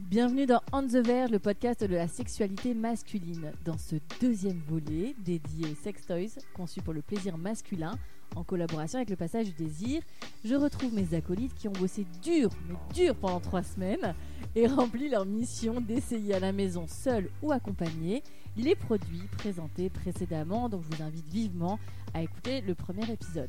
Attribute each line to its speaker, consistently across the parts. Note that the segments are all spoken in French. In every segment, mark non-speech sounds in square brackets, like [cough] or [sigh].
Speaker 1: Bienvenue dans On the Verge, le podcast de la sexualité masculine. Dans ce deuxième volet dédié aux sex toys, conçu pour le plaisir masculin, en collaboration avec le passage du désir, je retrouve mes acolytes qui ont bossé dur, mais dur pendant trois semaines, et rempli leur mission d'essayer à la maison, seul ou accompagné, les produits présentés précédemment. Donc je vous invite vivement à écouter le premier épisode.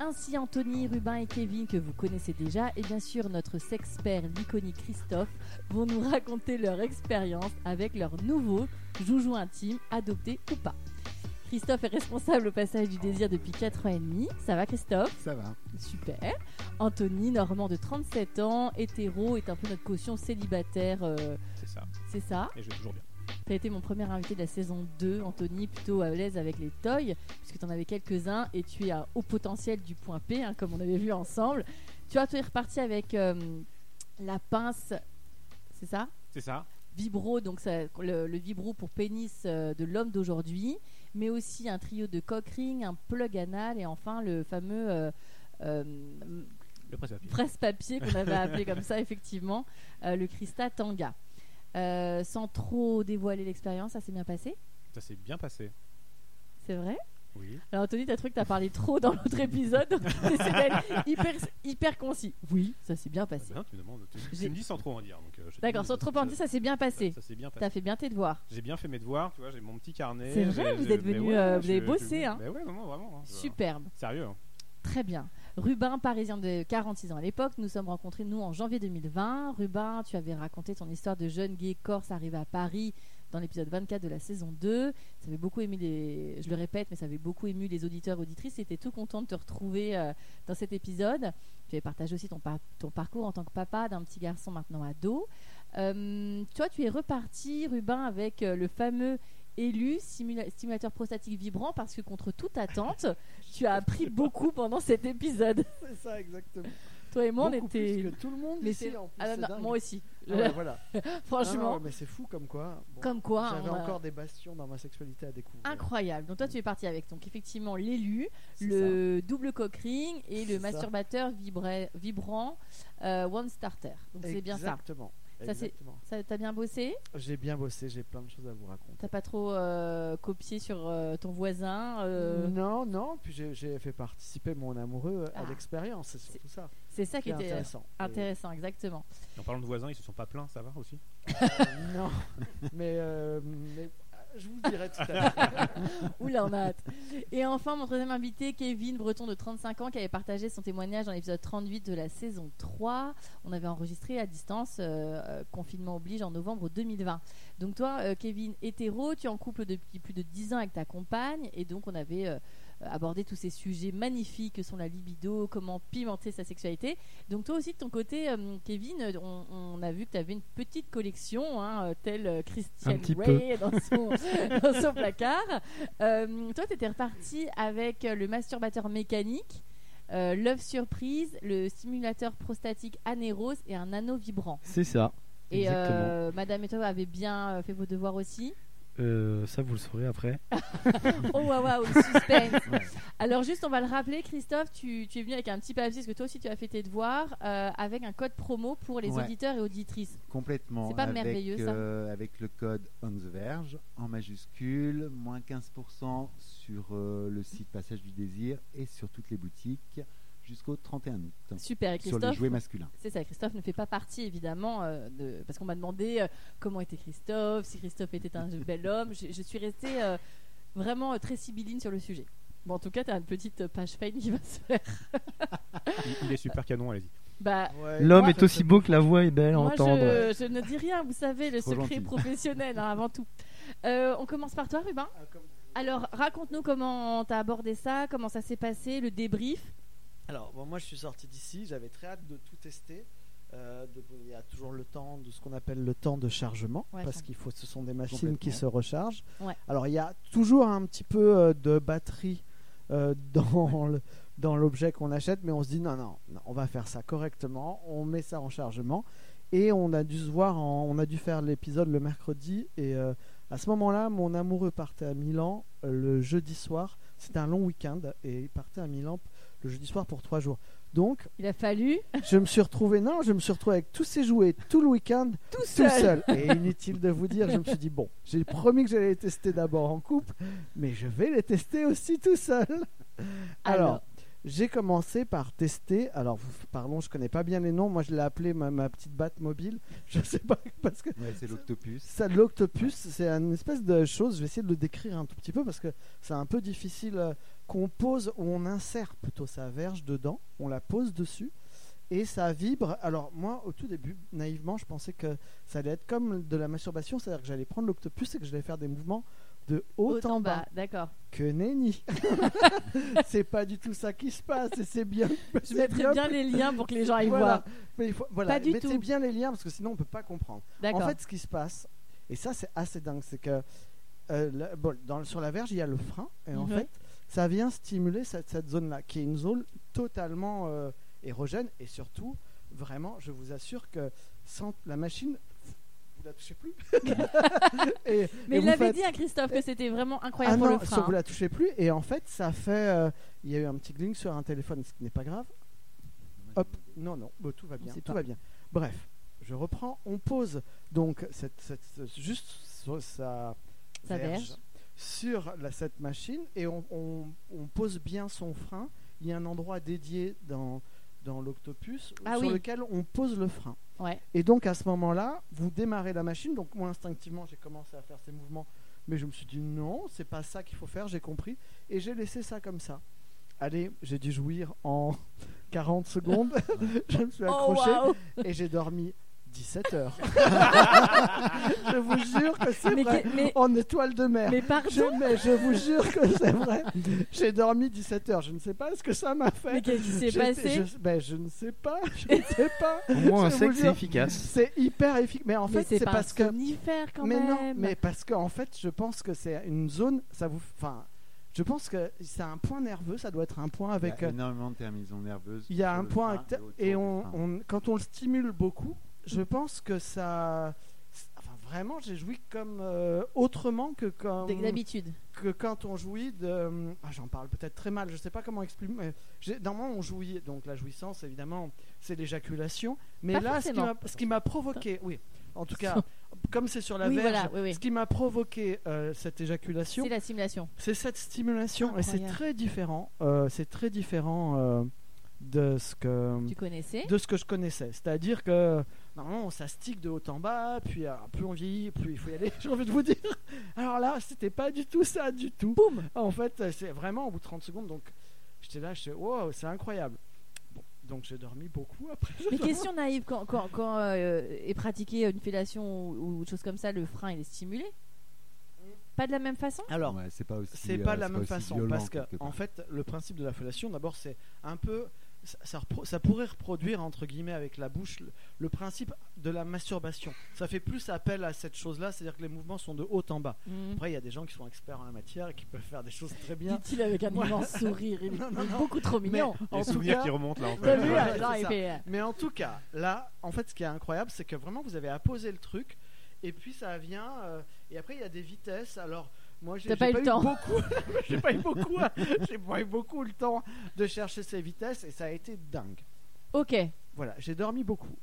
Speaker 1: Ainsi, Anthony, Rubin et Kevin, que vous connaissez déjà, et bien sûr notre sexpert, l'iconique Christophe, vont nous raconter leur expérience avec leur nouveau joujou intime, adopté ou pas. Christophe est responsable au passage du désir depuis 4 ans et demi. Ça va Christophe
Speaker 2: Ça va.
Speaker 1: Super. Anthony, normand de 37 ans, hétéro, est un peu notre caution célibataire. euh,
Speaker 3: C'est ça.
Speaker 1: c'est ça.
Speaker 3: Et je vais toujours bien.
Speaker 1: T'as été mon premier invité de la saison 2, Anthony, plutôt à l'aise avec les toys, puisque t'en avais quelques-uns et tu es à haut potentiel du point P, hein, comme on avait vu ensemble. Tu vois, tu es reparti avec euh, la pince, c'est ça
Speaker 3: C'est ça.
Speaker 1: vibro, donc ça- le, le vibro pour pénis euh, de l'homme d'aujourd'hui, mais aussi un trio de cock ring, un plug anal et enfin le fameux euh, euh,
Speaker 3: Le presse-papier.
Speaker 1: presse-papier qu'on avait appelé comme ça, effectivement, euh, le Christa Tanga. Euh, sans trop dévoiler l'expérience, ça s'est bien passé
Speaker 3: Ça s'est bien passé.
Speaker 1: C'est vrai
Speaker 3: Oui.
Speaker 1: Alors Anthony, t'as trouvé que t'as parlé trop dans l'autre épisode, donc t'essaies d'être hyper, hyper concis. Oui, ça s'est bien passé.
Speaker 3: bah tu me demandes. Tu, tu
Speaker 1: J'ai-
Speaker 3: me dis sans trop en dire. donc, euh, je te
Speaker 1: D'accord,
Speaker 3: dis,
Speaker 1: sans trop en dire, ça s'est bien passé.
Speaker 3: Ça s'est bien
Speaker 1: T'as
Speaker 3: passé.
Speaker 1: fait bien tes devoirs.
Speaker 3: J'ai bien fait mes devoirs, tu vois, j'ai mon petit carnet.
Speaker 1: C'est vrai,
Speaker 3: j'ai-
Speaker 1: vous
Speaker 3: j'ai-
Speaker 1: êtes
Speaker 3: mais
Speaker 1: venu,
Speaker 3: ouais,
Speaker 1: euh,
Speaker 3: ouais,
Speaker 1: vous avez
Speaker 3: je-
Speaker 1: bossé,
Speaker 3: je-
Speaker 1: hein.
Speaker 3: Mais ouais, non, non, vraiment. hein, je-
Speaker 1: Superbe.
Speaker 3: Sérieux. hein.
Speaker 1: Très bien. Rubin, parisien de 46 ans à l'époque, nous sommes rencontrés, nous, en janvier 2020. Rubin, tu avais raconté ton histoire de jeune gay corse arrivé à Paris dans l'épisode 24 de la saison 2. Ça avait beaucoup ému les... Je le répète, mais ça avait beaucoup ému les auditeurs auditrices. C'était tout content de te retrouver euh, dans cet épisode. Tu avais partagé aussi ton, par- ton parcours en tant que papa d'un petit garçon maintenant ado. Euh, toi, tu es reparti, Rubin, avec euh, le fameux élu simula- stimulateur prostatique vibrant parce que contre toute attente, tu as appris beaucoup pendant cet épisode.
Speaker 2: C'est ça exactement.
Speaker 1: Toi et moi, on
Speaker 2: Beaucoup
Speaker 1: était.
Speaker 2: plus que tout le monde
Speaker 1: Mais
Speaker 2: ici
Speaker 1: c'est-
Speaker 2: en plus.
Speaker 1: Ah non,
Speaker 2: c'est
Speaker 1: non,
Speaker 2: dingue.
Speaker 1: moi aussi.
Speaker 2: Ah ouais, voilà. Non,
Speaker 1: [laughs] Franchement,
Speaker 2: non, mais c'est fou comme quoi. bon,
Speaker 1: comme quoi.
Speaker 2: J'avais
Speaker 1: on a-
Speaker 2: encore des bastions dans ma sexualité à découvrir.
Speaker 1: Incroyable. Donc toi, tu es parti avec donc effectivement l'élu,
Speaker 2: C'est
Speaker 1: le double cock ring et le
Speaker 2: C'est ça.
Speaker 1: masturbateur vibra- vibrant euh, One Starter. Donc
Speaker 2: ça.
Speaker 1: c'est bien ça.
Speaker 2: Exactement.
Speaker 1: Ça, c'est-
Speaker 2: Exactement.
Speaker 1: Ça, t'as bien bossé
Speaker 2: J'ai bien bossé, j'ai plein de choses à vous raconter.
Speaker 1: T'as pas trop euh, copié sur euh, ton voisin euh,
Speaker 2: Non, non, puis j'ai- j'ai fait participer mon amoureux à
Speaker 1: Ah.
Speaker 2: l'expérience, c'est surtout ça.
Speaker 1: C'est ça
Speaker 2: qui
Speaker 1: qui
Speaker 2: est
Speaker 1: était
Speaker 2: intéressant.
Speaker 1: [laughs] intéressant, exactement.
Speaker 3: Et en parlant de voisins, ils se sont pas plaints, ça va aussi
Speaker 2: Euh, non, [laughs] mais, euh, mais, ah, je vous dirai tout à l'heure.
Speaker 1: [laughs] Oula, on a hâte. Et enfin, mon troisième invité, Kevin Breton de 35 ans, qui avait partagé son témoignage dans l'épisode 38 de la saison 3. On avait enregistré à distance, euh, euh, confinement oblige, en novembre 2020. Donc toi, euh, Kevin, hétéro, tu es en couple depuis plus de 10 ans avec ta compagne, et donc on avait... euh, abordé tous ces sujets magnifiques que sont la libido, comment pimenter sa sexualité. Donc toi aussi de ton côté, euh, Kevin, on, on a vu que tu avais une petite collection, hein, euh, telle euh, Christian
Speaker 4: Un petit
Speaker 1: Grey dans son, [laughs] dans son placard. Euh, toi, tu étais reparti avec euh, le masturbateur mécanique, euh, l'œuf surprise, le stimulateur prostatique anérose et un anneau vibrant.
Speaker 4: C'est ça.
Speaker 1: Et
Speaker 4: Exactement.
Speaker 1: euh, Madame et toi avez bien euh, fait vos devoirs aussi.
Speaker 4: Euh, ça, vous le saurez après.
Speaker 1: Oh waouh, waouh, le
Speaker 4: [laughs]
Speaker 1: suspense. Alors juste, on va le rappeler, Christophe, tu, tu es venu avec un petit papier parce que toi aussi tu as fait tes devoirs euh, avec un code promo pour les
Speaker 5: Ouais.
Speaker 1: auditeurs et auditrices.
Speaker 5: Complètement.
Speaker 1: C'est pas
Speaker 5: avec,
Speaker 1: merveilleux, ça
Speaker 5: euh, Avec le code On the Verge en majuscule, moins 15% sur euh, le site Passage du Désir et sur toutes les boutiques jusqu'au 31 août.
Speaker 1: Super, et
Speaker 5: Sur les
Speaker 1: Christophe.
Speaker 5: jouets masculins.
Speaker 1: C'est ça, Christophe ne fait pas partie évidemment euh, de... parce qu'on m'a demandé euh, comment était Christophe, si Christophe était
Speaker 6: [laughs]
Speaker 1: un bel homme. Je, je suis restée euh, vraiment euh, très sibylline sur le sujet. Bon, en tout cas, tu as une petite euh, page fame qui va se faire.
Speaker 3: il, il est super canon, allez-y.
Speaker 1: Bah,
Speaker 2: Ouais,
Speaker 4: L'homme
Speaker 2: moi,
Speaker 4: est aussi beau que la voix est belle à
Speaker 1: moi, [laughs]
Speaker 4: entendre.
Speaker 1: je, je ne dis rien, vous savez, le
Speaker 5: Trop
Speaker 1: secret
Speaker 5: gentil.
Speaker 1: professionnel hein, avant tout. Euh, on commence par toi, Rubin.
Speaker 2: Ah, comme-
Speaker 1: Alors, raconte-nous comment t'as abordé ça, comment ça s'est passé, le débrief.
Speaker 6: Alors, bon, moi, je suis sorti d'ici, j'avais très hâte de tout tester. Euh, de- il y a toujours le temps de ce qu'on appelle le temps de chargement,
Speaker 1: Ouais,
Speaker 6: parce
Speaker 1: com-
Speaker 6: qu'il faut, ce sont des machines
Speaker 5: Complètement.
Speaker 6: qui se rechargent.
Speaker 1: Ouais.
Speaker 6: Alors, il y a toujours un petit peu euh, de batterie euh, [laughs] dans le- dans l'objet qu'on achète, mais on se dit non, non, non, on va faire ça correctement, on met ça en chargement, et on a dû se voir, en- on a dû faire l'épisode le mercredi, et euh, à ce moment-là, mon amoureux partait à Milan euh, le jeudi soir. C'était un long week-end et il partait à Milan le jeudi soir pour trois jours. Donc,
Speaker 1: Il a fallu
Speaker 6: je me suis retrouvé, non, je me suis retrouvé avec tous ces jouets tout le week-end,
Speaker 1: tout
Speaker 6: tout
Speaker 1: seul.
Speaker 6: seul. Et inutile de vous dire, je me suis dit, bon, j'ai promis que j'allais les tester d'abord en couple, mais je vais les tester aussi tout seul. Alors,
Speaker 1: Alors,
Speaker 6: j'ai commencé par tester. Alors, vous- pardon, je connais pas bien les noms. Moi, je l'ai appelé ma, ma petite batte mobile. Je sais pas parce que
Speaker 5: Ouais, c'est l'octopus.
Speaker 6: ça, l'octopus, c'est une espèce de chose. Je vais essayer de le décrire un tout petit peu parce que c'est un peu difficile. euh, Qu'on pose ou on insère plutôt sa verge dedans, on la pose dessus et ça vibre. Alors, moi, au tout début, naïvement, je pensais que ça allait être comme de la masturbation, c'est-à-dire que j'allais prendre l'octopus et que j'allais faire des mouvements de haut,
Speaker 1: haut en bas, d'accord. [laughs]
Speaker 6: Que nenni C'est pas du tout ça qui se passe et c'est bien.
Speaker 1: Je
Speaker 6: c'est
Speaker 1: mettrai bien les liens pour que les gens aillent
Speaker 6: Voilà.
Speaker 1: voir.
Speaker 6: Mais il faut- voilà,
Speaker 1: Pas du
Speaker 6: mettez
Speaker 1: tout.
Speaker 6: bien les liens parce que sinon on peut pas comprendre.
Speaker 1: D'accord.
Speaker 6: En fait, ce qui se passe, et ça c'est assez dingue, c'est que euh, la- bon, dans- sur la verge, il y a le frein, et en
Speaker 1: Mhm.
Speaker 6: fait, ça vient stimuler cette, cette zone-là, qui est une zone totalement euh, érogène, et surtout, vraiment, je vous assure que sans la machine, vous la
Speaker 1: [laughs]
Speaker 6: touchez plus. Et-
Speaker 1: Mais
Speaker 6: et
Speaker 1: il
Speaker 6: vous
Speaker 1: avait
Speaker 6: faites-
Speaker 1: dit à Christophe que c'était vraiment
Speaker 6: ah
Speaker 1: incroyable pour
Speaker 6: non,
Speaker 1: le
Speaker 6: ça
Speaker 1: frein. hein.
Speaker 6: vous la touchez plus, et en fait, ça fait. euh, Il y a eu un petit gling sur un téléphone, ce qui n'est pas grave. Hop, non, non, bah, tout va bien,
Speaker 1: sait
Speaker 6: tout
Speaker 1: pas.
Speaker 6: va bien. Bref, je reprends. On pose donc cette, cette- ce- juste so- sa,
Speaker 1: Sa verge.
Speaker 6: sur la, cette machine et on, on- on pose bien son frein. Il y a un endroit dédié dans, dans l'octopus
Speaker 1: Ah
Speaker 6: sur
Speaker 1: oui.
Speaker 6: lequel on pose le frein.
Speaker 1: hein. Ouais.
Speaker 6: Et donc à ce moment-là, vous démarrez la machine. Donc moi instinctivement, j'ai commencé à faire ces mouvements, mais je me suis dit non, c'est pas ça qu'il faut faire. J'ai compris et j'ai laissé ça comme ça. Allez, j'ai dû jouir en [laughs] 40 secondes. [laughs] je me suis
Speaker 1: Oh,
Speaker 6: accroché
Speaker 1: waouh.
Speaker 6: et j'ai dormi
Speaker 1: [laughs]
Speaker 6: 17 heures. [laughs] je vous jure que c'est
Speaker 1: Mais
Speaker 6: vrai.
Speaker 1: que- mais-
Speaker 6: En étoile de mer. [laughs]
Speaker 1: Mais pardon,
Speaker 6: Je, mais je vous jure que c'est vrai. J'ai dormi 17 heures. Je ne sais pas ce que ça m'a fait.
Speaker 1: mais qu'est-ce qui s'est
Speaker 6: J'étais-
Speaker 1: passé
Speaker 6: je, ben, je ne sais pas. [laughs] Je ne sais pas.
Speaker 4: Au moins, on
Speaker 6: Je
Speaker 4: sait
Speaker 6: vous
Speaker 4: que
Speaker 6: jure.
Speaker 4: c'est efficace.
Speaker 6: C'est hyper efficace. Mais en
Speaker 1: Mais
Speaker 6: fait, c'est
Speaker 1: pas un
Speaker 6: parce que.
Speaker 1: somnifère, quand
Speaker 6: mais
Speaker 1: même.
Speaker 6: non, mais parce que en fait, je pense que c'est une zone. Ça vous. Enfin, je pense que c'est un point nerveux. Ça doit être un point avec.
Speaker 5: il y a
Speaker 6: euh,
Speaker 5: énormément de terminaisons nerveuses.
Speaker 6: il y a
Speaker 5: sur
Speaker 6: un
Speaker 5: le
Speaker 6: point
Speaker 5: frein
Speaker 6: acteur-
Speaker 5: autour
Speaker 6: et
Speaker 5: du
Speaker 6: on,
Speaker 5: frein.
Speaker 6: on- quand on le stimule beaucoup, je
Speaker 1: Mm.
Speaker 6: pense que ça. c'est- Enfin, vraiment, j'ai joui comme euh, autrement que quand,
Speaker 1: D- D'habitude.
Speaker 6: que quand on jouit de. ah, J'en parle peut-être très mal, je sais pas comment exprimer. mais j'ai- Normalement, on jouit, donc la jouissance, évidemment, c'est l'éjaculation. Mais
Speaker 1: Pas
Speaker 6: là, ce qui
Speaker 1: forcément.
Speaker 6: m'a- ce qui m'a provoqué, oui, en tout
Speaker 1: [laughs]
Speaker 6: cas, comme c'est sur la
Speaker 1: Oui,
Speaker 6: verge,
Speaker 1: voilà, oui, oui.
Speaker 6: ce qui m'a provoqué euh, cette éjaculation,
Speaker 1: C'est la simulation.
Speaker 6: c'est cette stimulation et c'est
Speaker 1: Incroyable.
Speaker 6: très différent. euh, c'est très différent euh, de ce que
Speaker 1: Tu connaissais
Speaker 6: de ce que je connaissais. C'est-à-dire que normalement ça stick de haut en bas, puis euh, plus on vieillit, plus il faut y aller. [laughs] J'ai envie de vous dire. Alors là, c'était pas du tout ça du tout.
Speaker 1: Boum
Speaker 6: En fait, euh, c'est vraiment au bout de 30 secondes. Donc j'étais là, je wow, c'est incroyable. Bon, donc j'ai dormi beaucoup après.
Speaker 1: Mais question naïve, quand, quand, quand, euh, est pratiquée une fellation ou, ou autre chose comme ça, le frein il est stimulé Pas de la même façon
Speaker 6: [laughs] Alors
Speaker 5: Ouais, c'est pas aussi.
Speaker 6: c'est
Speaker 5: euh,
Speaker 6: pas de la même
Speaker 5: aussi
Speaker 6: façon
Speaker 5: violent,
Speaker 6: parce que
Speaker 5: quelque part.
Speaker 6: en fait le principe de la fellation d'abord c'est un peu ça, ça repro- ça pourrait reproduire entre guillemets avec la bouche le, le principe de la masturbation ça fait plus appel à cette chose là c'est à dire que les mouvements sont de haut en bas
Speaker 1: Mhm.
Speaker 6: après il y a des gens qui sont experts en la matière et qui peuvent faire des choses très bien
Speaker 1: Dit-il avec un [laughs]
Speaker 6: Moi-
Speaker 1: immense sourire, il est
Speaker 6: Non, non, non.
Speaker 1: beaucoup trop mignon.
Speaker 3: Les
Speaker 6: en tout
Speaker 3: souvenirs
Speaker 6: cas-
Speaker 3: qui remontent là en
Speaker 1: T'as
Speaker 3: fait.
Speaker 1: vu,
Speaker 6: Ouais,
Speaker 1: là,
Speaker 6: c'est
Speaker 1: genre, il
Speaker 6: ça.
Speaker 1: fait, euh,
Speaker 6: mais en tout cas là en fait ce qui est incroyable c'est que vraiment vous avez apposé le truc et puis ça vient euh, et après il y a des vitesses alors moi j'ai
Speaker 1: T'as
Speaker 6: j'ai
Speaker 1: pas eu le temps. [laughs]
Speaker 6: beaucoup [laughs] j'ai pas eu beaucoup hein. j'ai pas eu beaucoup le temps de chercher ces vitesses et ça a été dingue
Speaker 1: Ok,
Speaker 6: Voilà, j'ai dormi beaucoup.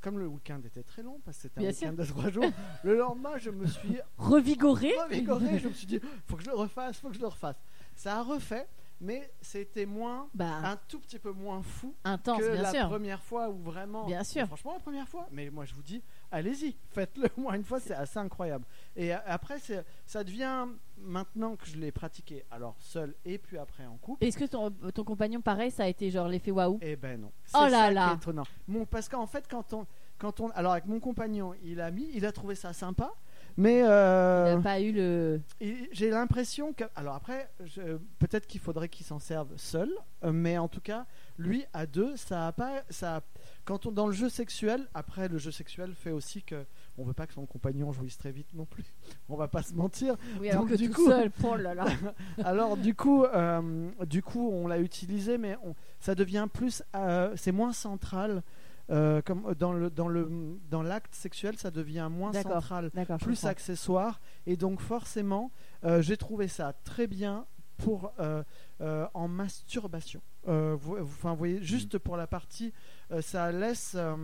Speaker 6: Comme le week-end était très long, parce que c'était
Speaker 1: Bien
Speaker 6: un week-end de
Speaker 1: [laughs]
Speaker 6: trois jours, le lendemain, je me suis
Speaker 1: revigoré.
Speaker 6: revigoré. Je me suis dit, faut que je le refasse, faut que je le refasse. Ça a refait, mais c'était moins,
Speaker 1: Bah,
Speaker 6: un tout petit peu moins fou
Speaker 1: intense,
Speaker 6: Hein? que
Speaker 1: bien
Speaker 6: la
Speaker 1: sûr.
Speaker 6: première fois où vraiment.
Speaker 1: Bien sûr.
Speaker 6: Mais Franchement, la première fois. Mais moi, je vous dis, allez-y, faites-le [laughs] au moins une fois, c'est assez incroyable. Et a- après, c'est- ça devient, maintenant que je l'ai pratiqué, alors seul et puis après en couple.
Speaker 1: Est-ce que ton, ton compagnon, pareil, ça a été genre l'effet waouh
Speaker 6: Eh ben non.
Speaker 1: Oh
Speaker 6: C'est
Speaker 1: là
Speaker 6: ça
Speaker 1: là.
Speaker 6: Qui est étonnant. Mon- parce qu'en fait, quand on, quand on, alors avec mon compagnon, il a mis, il a trouvé ça sympa, mais
Speaker 1: Il
Speaker 6: euh,
Speaker 1: n'a pas eu le.
Speaker 6: il- j'ai l'impression que, alors après, je- peut-être qu'il faudrait qu'il s'en serve seul, euh, mais en tout cas, Lui, à deux, ça a pas. Ça a- Quand on dans le jeu sexuel, après le jeu sexuel fait aussi que on veut pas que son compagnon jouisse très vite non plus. [laughs] On va pas se mentir.
Speaker 1: Oui, alors
Speaker 6: Donc,
Speaker 1: que
Speaker 6: du
Speaker 1: tout
Speaker 6: coup-
Speaker 1: seul, oh là là.
Speaker 6: Alors du coup, euh, du coup, on l'a utilisé, mais on- ça devient plus, euh, c'est moins central. euh, comme dans le dans le dans l'acte sexuel, ça devient moins
Speaker 1: D'accord.
Speaker 6: central,
Speaker 1: D'accord, je
Speaker 6: plus
Speaker 1: comprends.
Speaker 6: accessoire, et donc forcément, euh, j'ai trouvé ça très bien pour euh, euh, en masturbation. Euh, vous, vous- enfin, vous voyez, juste
Speaker 1: Mhm.
Speaker 6: pour la partie, euh, ça laisse, euh,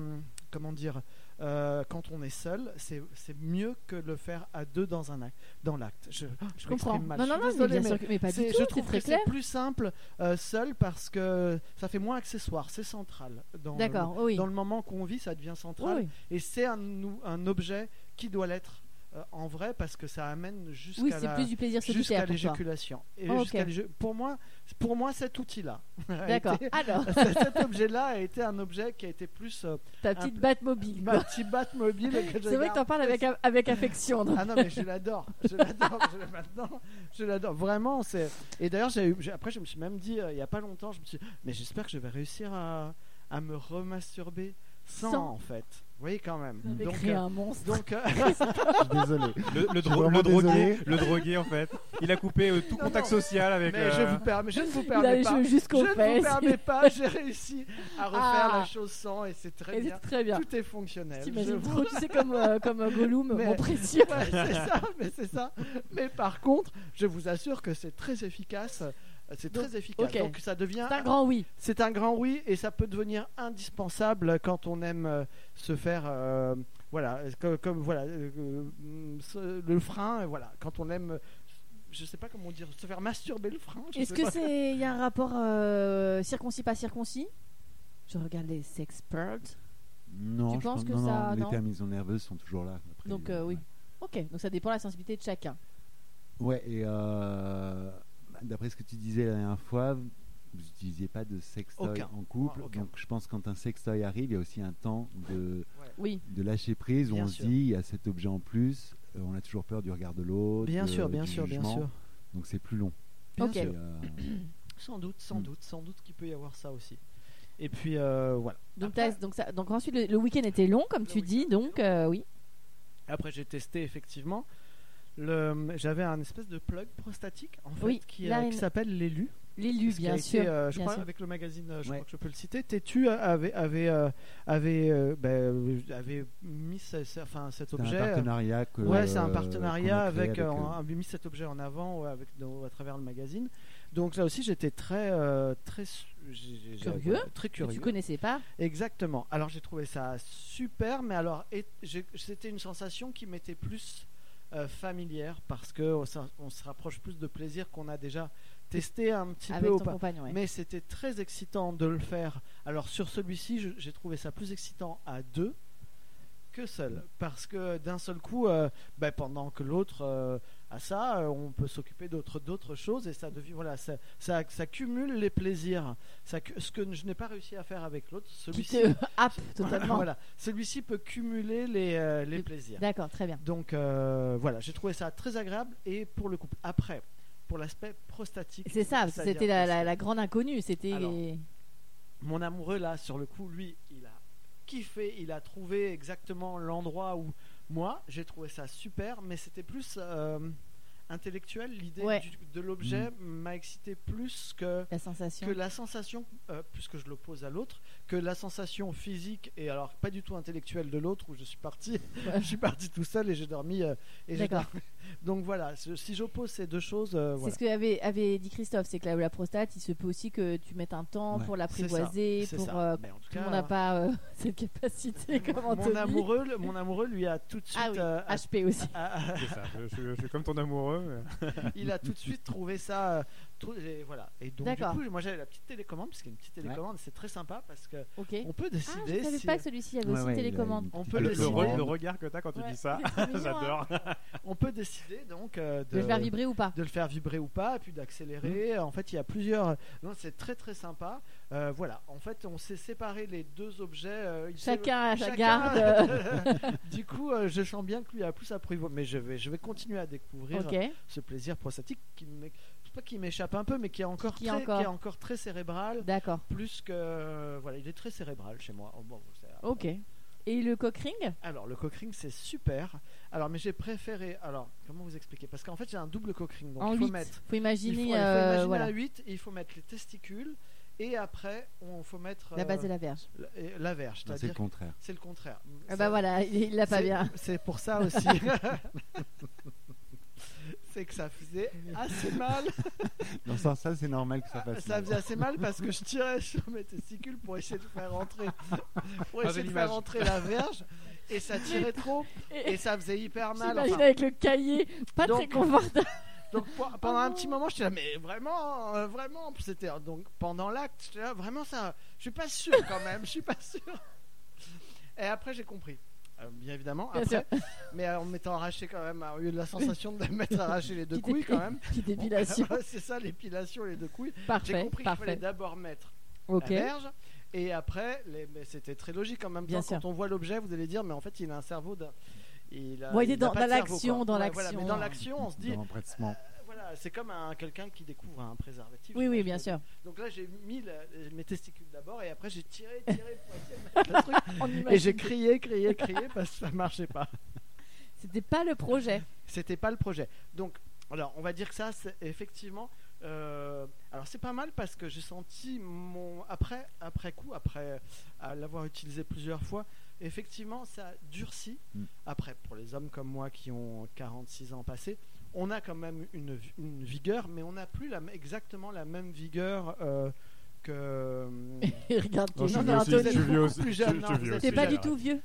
Speaker 6: comment dire, euh, quand on est seul, c'est c'est mieux que le faire à deux dans un acte, dans l'acte. Je,
Speaker 1: Ah, Je
Speaker 6: je
Speaker 1: comprends.
Speaker 6: m'exprime mal,
Speaker 1: non,
Speaker 6: je
Speaker 1: non,
Speaker 6: suis
Speaker 1: non, mais
Speaker 6: désolé,
Speaker 1: bien
Speaker 6: mais
Speaker 1: sûr que- mais pas du
Speaker 6: c'est-
Speaker 1: tout,
Speaker 6: je
Speaker 1: c'est
Speaker 6: trouve
Speaker 1: très
Speaker 6: que
Speaker 1: clair.
Speaker 6: c'est plus simple euh, seul parce que ça fait moins accessoire, c'est central. Dans
Speaker 1: D'accord,
Speaker 6: Le,
Speaker 1: oui.
Speaker 6: Dans le moment qu'on vit, ça devient
Speaker 1: Oui,
Speaker 6: central.
Speaker 1: oui.
Speaker 6: Et c'est un, nou- un objet qui doit l'être euh, en vrai parce que ça amène jusqu'à
Speaker 1: Oui, c'est
Speaker 6: la-
Speaker 1: plus du plaisir
Speaker 6: jusqu'à
Speaker 1: solitaire pour toi.
Speaker 6: l'éjaculation. Et
Speaker 1: Oh, ok.
Speaker 6: jusqu'à l'ég- pour, moi, pour moi, cet outil-là. [laughs] a
Speaker 1: D'accord.
Speaker 6: été-
Speaker 1: Alors,
Speaker 6: cet objet-là a été un objet qui a été plus euh,
Speaker 1: ta petite Batmobile. quoi.
Speaker 6: ma petite batte mobile.
Speaker 1: [laughs]
Speaker 6: que je
Speaker 1: C'est vrai que
Speaker 6: garde
Speaker 1: t'en parles avec, avec affection. donc.
Speaker 6: ah non, mais je l'adore. Je l'adore. je l'ai maintenant, je l'adore. Vraiment, c'est. Et d'ailleurs, j'ai eu- j'ai- après, je me suis même dit, euh, il y a pas longtemps, je me suis dit, mais j'espère que je vais réussir à, à me remasturber sans,
Speaker 1: Sans.
Speaker 6: en fait. Vous voyez, quand même.
Speaker 1: On a
Speaker 6: Donc,
Speaker 1: créé
Speaker 6: euh,
Speaker 1: un monstre.
Speaker 6: donc euh,
Speaker 5: Je suis désolé.
Speaker 3: Le, le,
Speaker 5: suis
Speaker 3: dro-
Speaker 5: vraiment
Speaker 3: le drogué,
Speaker 5: désolé.
Speaker 3: le drogué en fait. Il a coupé euh, tout
Speaker 6: Non,
Speaker 3: contact
Speaker 6: non.
Speaker 3: social avec.
Speaker 6: mais
Speaker 3: euh,
Speaker 6: je, vous permets, je ne vous
Speaker 1: Il a
Speaker 6: permets
Speaker 1: les
Speaker 6: pas.
Speaker 1: cheveux
Speaker 6: Je ne
Speaker 1: jusqu'aux
Speaker 6: vous
Speaker 1: fesses.
Speaker 6: permets pas. J'ai réussi à refaire
Speaker 1: Ah.
Speaker 6: la chose sans et c'est très
Speaker 1: Et
Speaker 6: bien.
Speaker 1: c'est très bien.
Speaker 6: Tout est fonctionnel. Je
Speaker 1: T'imagines
Speaker 6: vous- [laughs]
Speaker 1: trop, tu sais, comme, euh, comme euh, Gollum,
Speaker 6: Mais-
Speaker 1: mon précieux.
Speaker 6: Ouais, c'est ça, mais c'est ça. Mais par contre, je vous assure que c'est très efficace. euh, C'est
Speaker 1: Donc,
Speaker 6: très efficace.
Speaker 1: ok.
Speaker 6: Donc ça devient.
Speaker 1: C'est un grand oui.
Speaker 6: C'est un grand oui et ça peut devenir indispensable quand on aime euh, se faire. euh, voilà, comme, comme- voilà, euh, euh, se- le frein, euh, voilà, quand on aime. euh, Je sais pas comment dire, se faire masturber le frein. je
Speaker 1: Est-ce
Speaker 6: sais
Speaker 1: que
Speaker 6: pas.
Speaker 1: c'est il y a un rapport euh, circoncis pas circoncis Je regarde les sexperts.
Speaker 5: Non,
Speaker 1: Tu
Speaker 5: je
Speaker 1: penses
Speaker 5: pense
Speaker 1: que
Speaker 5: non,
Speaker 1: ça-
Speaker 5: non,
Speaker 1: non
Speaker 5: les terminaisons nerveuses sont toujours là. après,
Speaker 1: Donc, euh, oui. Ok, donc ça dépend de la sensibilité de chacun.
Speaker 5: Ouais, et euh, bah, d'après ce que tu disais la dernière fois, vous n'utilisiez pas de sextoy
Speaker 6: Aucun.
Speaker 5: en couple.
Speaker 6: Ah, aucun.
Speaker 5: Donc je pense que quand un sextoy arrive, il y a aussi un temps de,
Speaker 1: Oui.
Speaker 5: de lâcher prise où
Speaker 6: Bien
Speaker 5: on
Speaker 6: sûr.
Speaker 5: se dit, il y a cet objet en plus, euh, on a toujours peur du regard de l'autre.
Speaker 6: Bien
Speaker 5: euh,
Speaker 6: sûr, bien
Speaker 5: du
Speaker 6: sûr, bien
Speaker 5: jugement.
Speaker 6: sûr.
Speaker 5: Donc c'est plus long.
Speaker 6: Bien
Speaker 1: Ok.
Speaker 6: sûr.
Speaker 5: Et, euh,
Speaker 6: Sans doute, sans
Speaker 5: Mm.
Speaker 6: doute, sans doute qu'il peut y avoir ça aussi. Et puis euh, voilà.
Speaker 1: Donc,
Speaker 6: Après-
Speaker 1: t'as- donc, ça, donc ensuite le, le week-end était long, comme
Speaker 6: Le
Speaker 1: tu dis. Donc euh, oui.
Speaker 6: Après, j'ai testé effectivement. Le, j'avais un espèce de plug prostatique en fait
Speaker 1: Oui,
Speaker 6: qui,
Speaker 1: là,
Speaker 6: euh, qui
Speaker 1: une-
Speaker 6: s'appelle l'élu.
Speaker 1: L'élu,
Speaker 6: Ce qui a
Speaker 1: bien
Speaker 6: été,
Speaker 1: sûr.
Speaker 6: euh, je
Speaker 1: bien
Speaker 6: crois
Speaker 1: sûr.
Speaker 6: avec le magazine, euh, je
Speaker 5: Ouais.
Speaker 6: crois que je peux le citer. Tétu avait avait euh, avait, euh, ben, avait mis ce- ce- enfin cet
Speaker 5: c'est
Speaker 6: objet.
Speaker 5: un
Speaker 6: euh,
Speaker 5: partenariat que.
Speaker 6: Ouais, c'est
Speaker 5: euh,
Speaker 6: un
Speaker 5: qu'on a créé
Speaker 6: partenariat avec, euh,
Speaker 5: euh,
Speaker 6: on a mis cet objet en avant ouais, avec, dans- à travers le magazine. Donc là aussi, j'étais très euh, très su- j'ai- j'ai- j'ai-
Speaker 1: Curieux,
Speaker 6: voilà, très
Speaker 1: Que
Speaker 6: curieux.
Speaker 1: tu connaissais pas.
Speaker 6: Exactement. Alors j'ai trouvé ça super, mais alors et- j'ai- c'était une sensation qui m'était plus euh, familière parce que on, s'en- on se rapproche plus de plaisir qu'on a déjà testé un petit
Speaker 1: avec
Speaker 6: peu
Speaker 1: ton
Speaker 6: au pas.
Speaker 1: compagnon. ouais.
Speaker 6: Mais c'était très excitant de le faire. Alors sur celui-ci, je- j'ai trouvé ça plus excitant à deux que seul, parce que d'un seul coup, euh, ben, pendant que l'autre euh, a ça, euh, on peut s'occuper d'autres d'autres choses et ça devient voilà, ça, ça, ça cumule les plaisirs. Ça, cu- ce que je n'ai pas réussi à faire avec l'autre,
Speaker 1: Qui
Speaker 6: celui-ci,
Speaker 1: te [laughs] happe totalement.
Speaker 6: voilà, celui-ci peut cumuler les, euh, les
Speaker 1: Les-
Speaker 6: plaisirs.
Speaker 1: D'accord, très bien.
Speaker 6: Donc euh, voilà, j'ai trouvé ça très agréable et pour le couple. Après, pour l'aspect prostatique,
Speaker 1: C'est ça, parce que
Speaker 6: c'est-à-dire
Speaker 1: c'était la,
Speaker 6: parce
Speaker 1: la- la grande inconnue. C'était.
Speaker 6: Alors, mon amoureux là sur le coup lui il a kiffé il a trouvé exactement l'endroit où moi j'ai trouvé ça super mais c'était plus euh, intellectuel l'idée
Speaker 1: Ouais.
Speaker 6: du- de l'objet m'a excité plus que
Speaker 1: La sensation.
Speaker 6: que la sensation euh, puisque je l'oppose à l'autre que la sensation physique et alors pas du tout intellectuelle de l'autre où je suis parti [laughs] je suis parti tout seul et j'ai dormi euh, et j'ai
Speaker 1: D'accord.
Speaker 6: dormi. donc voilà ce- si j'oppose ces deux choses euh, voilà.
Speaker 1: C'est ce que avait, avait dit Christophe, c'est que la, la prostate, il se peut aussi que tu mettes un temps
Speaker 5: Ouais,
Speaker 1: pour
Speaker 6: C'est ça,
Speaker 1: l'apprivoiser,
Speaker 6: c'est
Speaker 1: pour
Speaker 6: ça.
Speaker 1: euh,
Speaker 6: Mais en tout
Speaker 1: Tout le
Speaker 6: cas,
Speaker 1: monde n'a pas euh, [laughs] cette [laughs] capacité comme
Speaker 6: mon
Speaker 1: Anthony.
Speaker 6: amoureux le- mon amoureux lui a tout de suite
Speaker 1: Ah oui, Ah.
Speaker 6: euh, a-
Speaker 1: HP aussi.
Speaker 6: a- a-
Speaker 3: C'est ça. Je, je- je suis comme ton amoureux.
Speaker 6: il a tout de suite trouvé ça. euh, trou- et voilà. Et donc, du
Speaker 1: D'accord.
Speaker 6: coup, moi j'avais la petite télécommande, parce qu'il y a une petite télécommande, c'est très sympa parce que
Speaker 1: Ok.
Speaker 6: on peut
Speaker 1: Ah, je
Speaker 6: décider.
Speaker 1: ne savais
Speaker 6: si-
Speaker 1: pas que celui-ci avait
Speaker 5: ouais,
Speaker 1: aussi
Speaker 5: ouais, il a une
Speaker 1: télécommande.
Speaker 5: petite
Speaker 6: On peut
Speaker 3: Le, le
Speaker 6: décider.
Speaker 3: re-
Speaker 5: télécommande.
Speaker 3: le regard que t'as quand tu
Speaker 1: Ouais, [laughs]
Speaker 3: dis [laughs] ça,
Speaker 1: c'est mignon,
Speaker 3: j'adore.
Speaker 6: On peut décider donc euh,
Speaker 1: De
Speaker 6: de,
Speaker 1: le faire vibrer Mm. ou pas
Speaker 6: de le faire vibrer ou pas, puis d'accélérer. En fait, il y a plusieurs. Non, c'est très très sympa. Euh, voilà. En fait, on s'est séparé les deux objets. euh, il s'est-
Speaker 1: Chacun à sa
Speaker 6: Chacun-
Speaker 1: garde. euh,
Speaker 6: [laughs] du coup, euh, je sens bien que lui a plus appris. Mais je vais, je vais continuer à découvrir
Speaker 1: ok.
Speaker 6: ce plaisir prostatique qui m'est- qui
Speaker 1: qui
Speaker 6: pas qui m'échappe un peu, mais qui est encore,
Speaker 1: Qui est
Speaker 6: très,
Speaker 1: encore.
Speaker 6: qui est encore très cérébral,
Speaker 1: D'accord.
Speaker 6: plus que voilà, il est très cérébral chez moi. Oh, bon, c'est-
Speaker 1: Ok. Et le cock ring
Speaker 6: Alors le cockring c'est super. Alors mais j'ai préféré. Alors comment vous expliquer Parce qu'en fait j'ai un double cockring, donc
Speaker 1: en
Speaker 6: il faut
Speaker 1: 8.
Speaker 6: mettre.
Speaker 1: faut
Speaker 6: Il
Speaker 1: imaginer,
Speaker 6: faut, il faut
Speaker 1: euh,
Speaker 6: imaginer
Speaker 1: voilà,
Speaker 6: à 8 et il faut mettre les testicules et après on faut mettre
Speaker 1: la base
Speaker 6: euh,
Speaker 1: et la verge.
Speaker 6: la, et la verge.
Speaker 5: Non, Ah, C'est le
Speaker 6: C'est-à-dire
Speaker 5: contraire.
Speaker 6: c'est le contraire.
Speaker 1: Ah
Speaker 6: Ça-
Speaker 1: bah voilà, il il l'a pas
Speaker 6: c'est- [laughs]
Speaker 1: bien.
Speaker 6: C'est pour
Speaker 1: [laughs]
Speaker 6: ça aussi. c'est que ça faisait assez mal.
Speaker 5: Dans ce sens-là, c'est normal que ça fasse.
Speaker 6: Ah, Ça
Speaker 5: mal.
Speaker 6: faisait assez mal parce que je tirais sur mes testicules pour essayer de faire rentrer, pour
Speaker 3: Pas
Speaker 6: essayer de
Speaker 3: l'image.
Speaker 6: faire rentrer la verge et ça tirait trop et
Speaker 1: Et
Speaker 6: ça faisait hyper mal.
Speaker 1: j'imagine
Speaker 6: Enfin,
Speaker 1: avec le cahier, pas
Speaker 6: Donc-
Speaker 1: très confortable.
Speaker 6: donc po- pendant
Speaker 1: Oh
Speaker 6: un
Speaker 1: non.
Speaker 6: petit moment, j'étais là, mais vraiment, euh, vraiment, c'était donc pendant l'acte, j'étais là, vraiment ça, je suis pas sûr quand même, je suis pas sûr. Et après, j'ai compris. Euh, bien évidemment,
Speaker 1: Bien
Speaker 6: après, mais euh, en m'étant arraché quand même, euh, au lieu de la sensation de m'être arraché les deux
Speaker 1: Petite
Speaker 6: couilles quand
Speaker 1: [laughs]
Speaker 6: même.
Speaker 1: Petite épilation.
Speaker 6: Ouais, [laughs] c'est ça, l'épilation, les deux couilles. J'ai
Speaker 1: parfait,
Speaker 6: compris qu'il fallait
Speaker 1: parfait.
Speaker 6: d'abord mettre
Speaker 1: Ok.
Speaker 6: la verge. Et après, les- mais c'était très logique en même
Speaker 1: Bien
Speaker 6: temps.
Speaker 1: sûr.
Speaker 6: Quand on voit l'objet, vous allez dire, mais en fait, il a un cerveau d'un. Il a,
Speaker 1: Bon, il est
Speaker 6: a
Speaker 1: dans-
Speaker 6: pas de
Speaker 1: dans
Speaker 6: cerveau,
Speaker 1: l'action,
Speaker 6: quoi.
Speaker 1: dans
Speaker 6: Ouais, voilà,
Speaker 1: l'action.
Speaker 6: mais dans l'action, on se dit,
Speaker 5: Dans l'empressement.
Speaker 6: voilà, c'est comme un- quelqu'un qui découvre un préservatif.
Speaker 1: Oui, oui, bien sûr.
Speaker 6: Donc là, j'ai mis la- mes testicules d'abord et après, j'ai tiré, tiré pour essayer de
Speaker 1: [laughs]
Speaker 6: mettre le truc. Et j'ai crié, crié, crié parce que ça marchait pas.
Speaker 1: C'était pas le
Speaker 6: [laughs]
Speaker 1: projet.
Speaker 6: C'était pas le projet. Donc, alors, on va dire que ça, c'est effectivement. euh, alors, c'est pas mal parce que j'ai senti mon. Après, après coup, après euh, l'avoir utilisé plusieurs fois, effectivement, ça durcit.
Speaker 5: Mm.
Speaker 6: Après, pour les hommes comme moi qui ont 46 ans passés, on a quand même une, une vigueur, mais on n'a plus la, m- exactement la même vigueur euh,
Speaker 1: [laughs]
Speaker 6: que.
Speaker 1: Et regarde,
Speaker 3: Non, je
Speaker 1: non,
Speaker 3: suis
Speaker 1: mais
Speaker 3: vieux
Speaker 1: Anthony,
Speaker 3: aussi, je suis vieux aussi.
Speaker 6: plus
Speaker 3: je-
Speaker 6: jeune,
Speaker 3: je
Speaker 6: non,
Speaker 3: suis
Speaker 6: vous
Speaker 3: vieux
Speaker 6: êtes
Speaker 1: t'es
Speaker 3: aussi,
Speaker 1: hein, pas
Speaker 6: c'est
Speaker 1: du
Speaker 3: Gérard.
Speaker 1: tout vieux.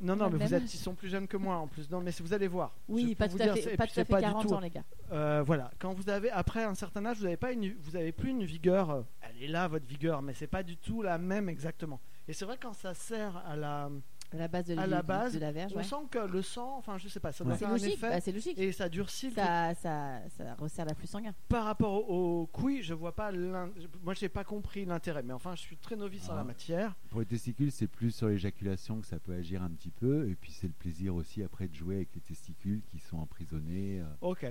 Speaker 6: Non, non,
Speaker 1: La
Speaker 6: mais vous
Speaker 1: même.
Speaker 6: êtes, ils sont plus jeunes que moi en plus. Non, mais vous allez voir.
Speaker 1: Oui,
Speaker 6: Je
Speaker 1: pas
Speaker 6: peux
Speaker 1: tout
Speaker 6: vous
Speaker 1: à
Speaker 6: dire,
Speaker 1: fait,
Speaker 6: c'est-
Speaker 1: pas
Speaker 6: c'est
Speaker 1: tout à fait
Speaker 6: pas du
Speaker 1: 40
Speaker 6: tout.
Speaker 1: ans, les gars.
Speaker 6: Euh, voilà, quand vous avez après un certain âge, vous n'avez pas une, vous avez plus une vigueur. euh, Elle est là votre vigueur, mais c'est pas du tout la même exactement. Et c'est vrai quand ça sert à la,
Speaker 1: À la base de,
Speaker 6: À
Speaker 1: du-
Speaker 6: la
Speaker 1: du-
Speaker 6: base,
Speaker 1: de la verge,
Speaker 6: on
Speaker 1: Ah, ouais.
Speaker 6: sent que le sang, enfin je sais pas, ça doit
Speaker 1: Bah, C'est
Speaker 6: faire un
Speaker 1: logique,
Speaker 6: effet
Speaker 1: bah, c'est logique.
Speaker 6: et ça durcit. le truc.
Speaker 1: Ça, ça, ça resserre la plus sanguin.
Speaker 6: Par rapport au, au couille, je vois pas, l'in- je- moi j'ai pas compris l'intérêt, mais enfin je suis très novice en
Speaker 5: Ah.
Speaker 6: la matière.
Speaker 5: Pour les testicules, c'est plus sur l'éjaculation que ça peut agir un petit peu. Et puis, c'est le plaisir aussi après de jouer avec les testicules qui sont emprisonnés
Speaker 6: [laughs]
Speaker 5: euh,
Speaker 6: Ok,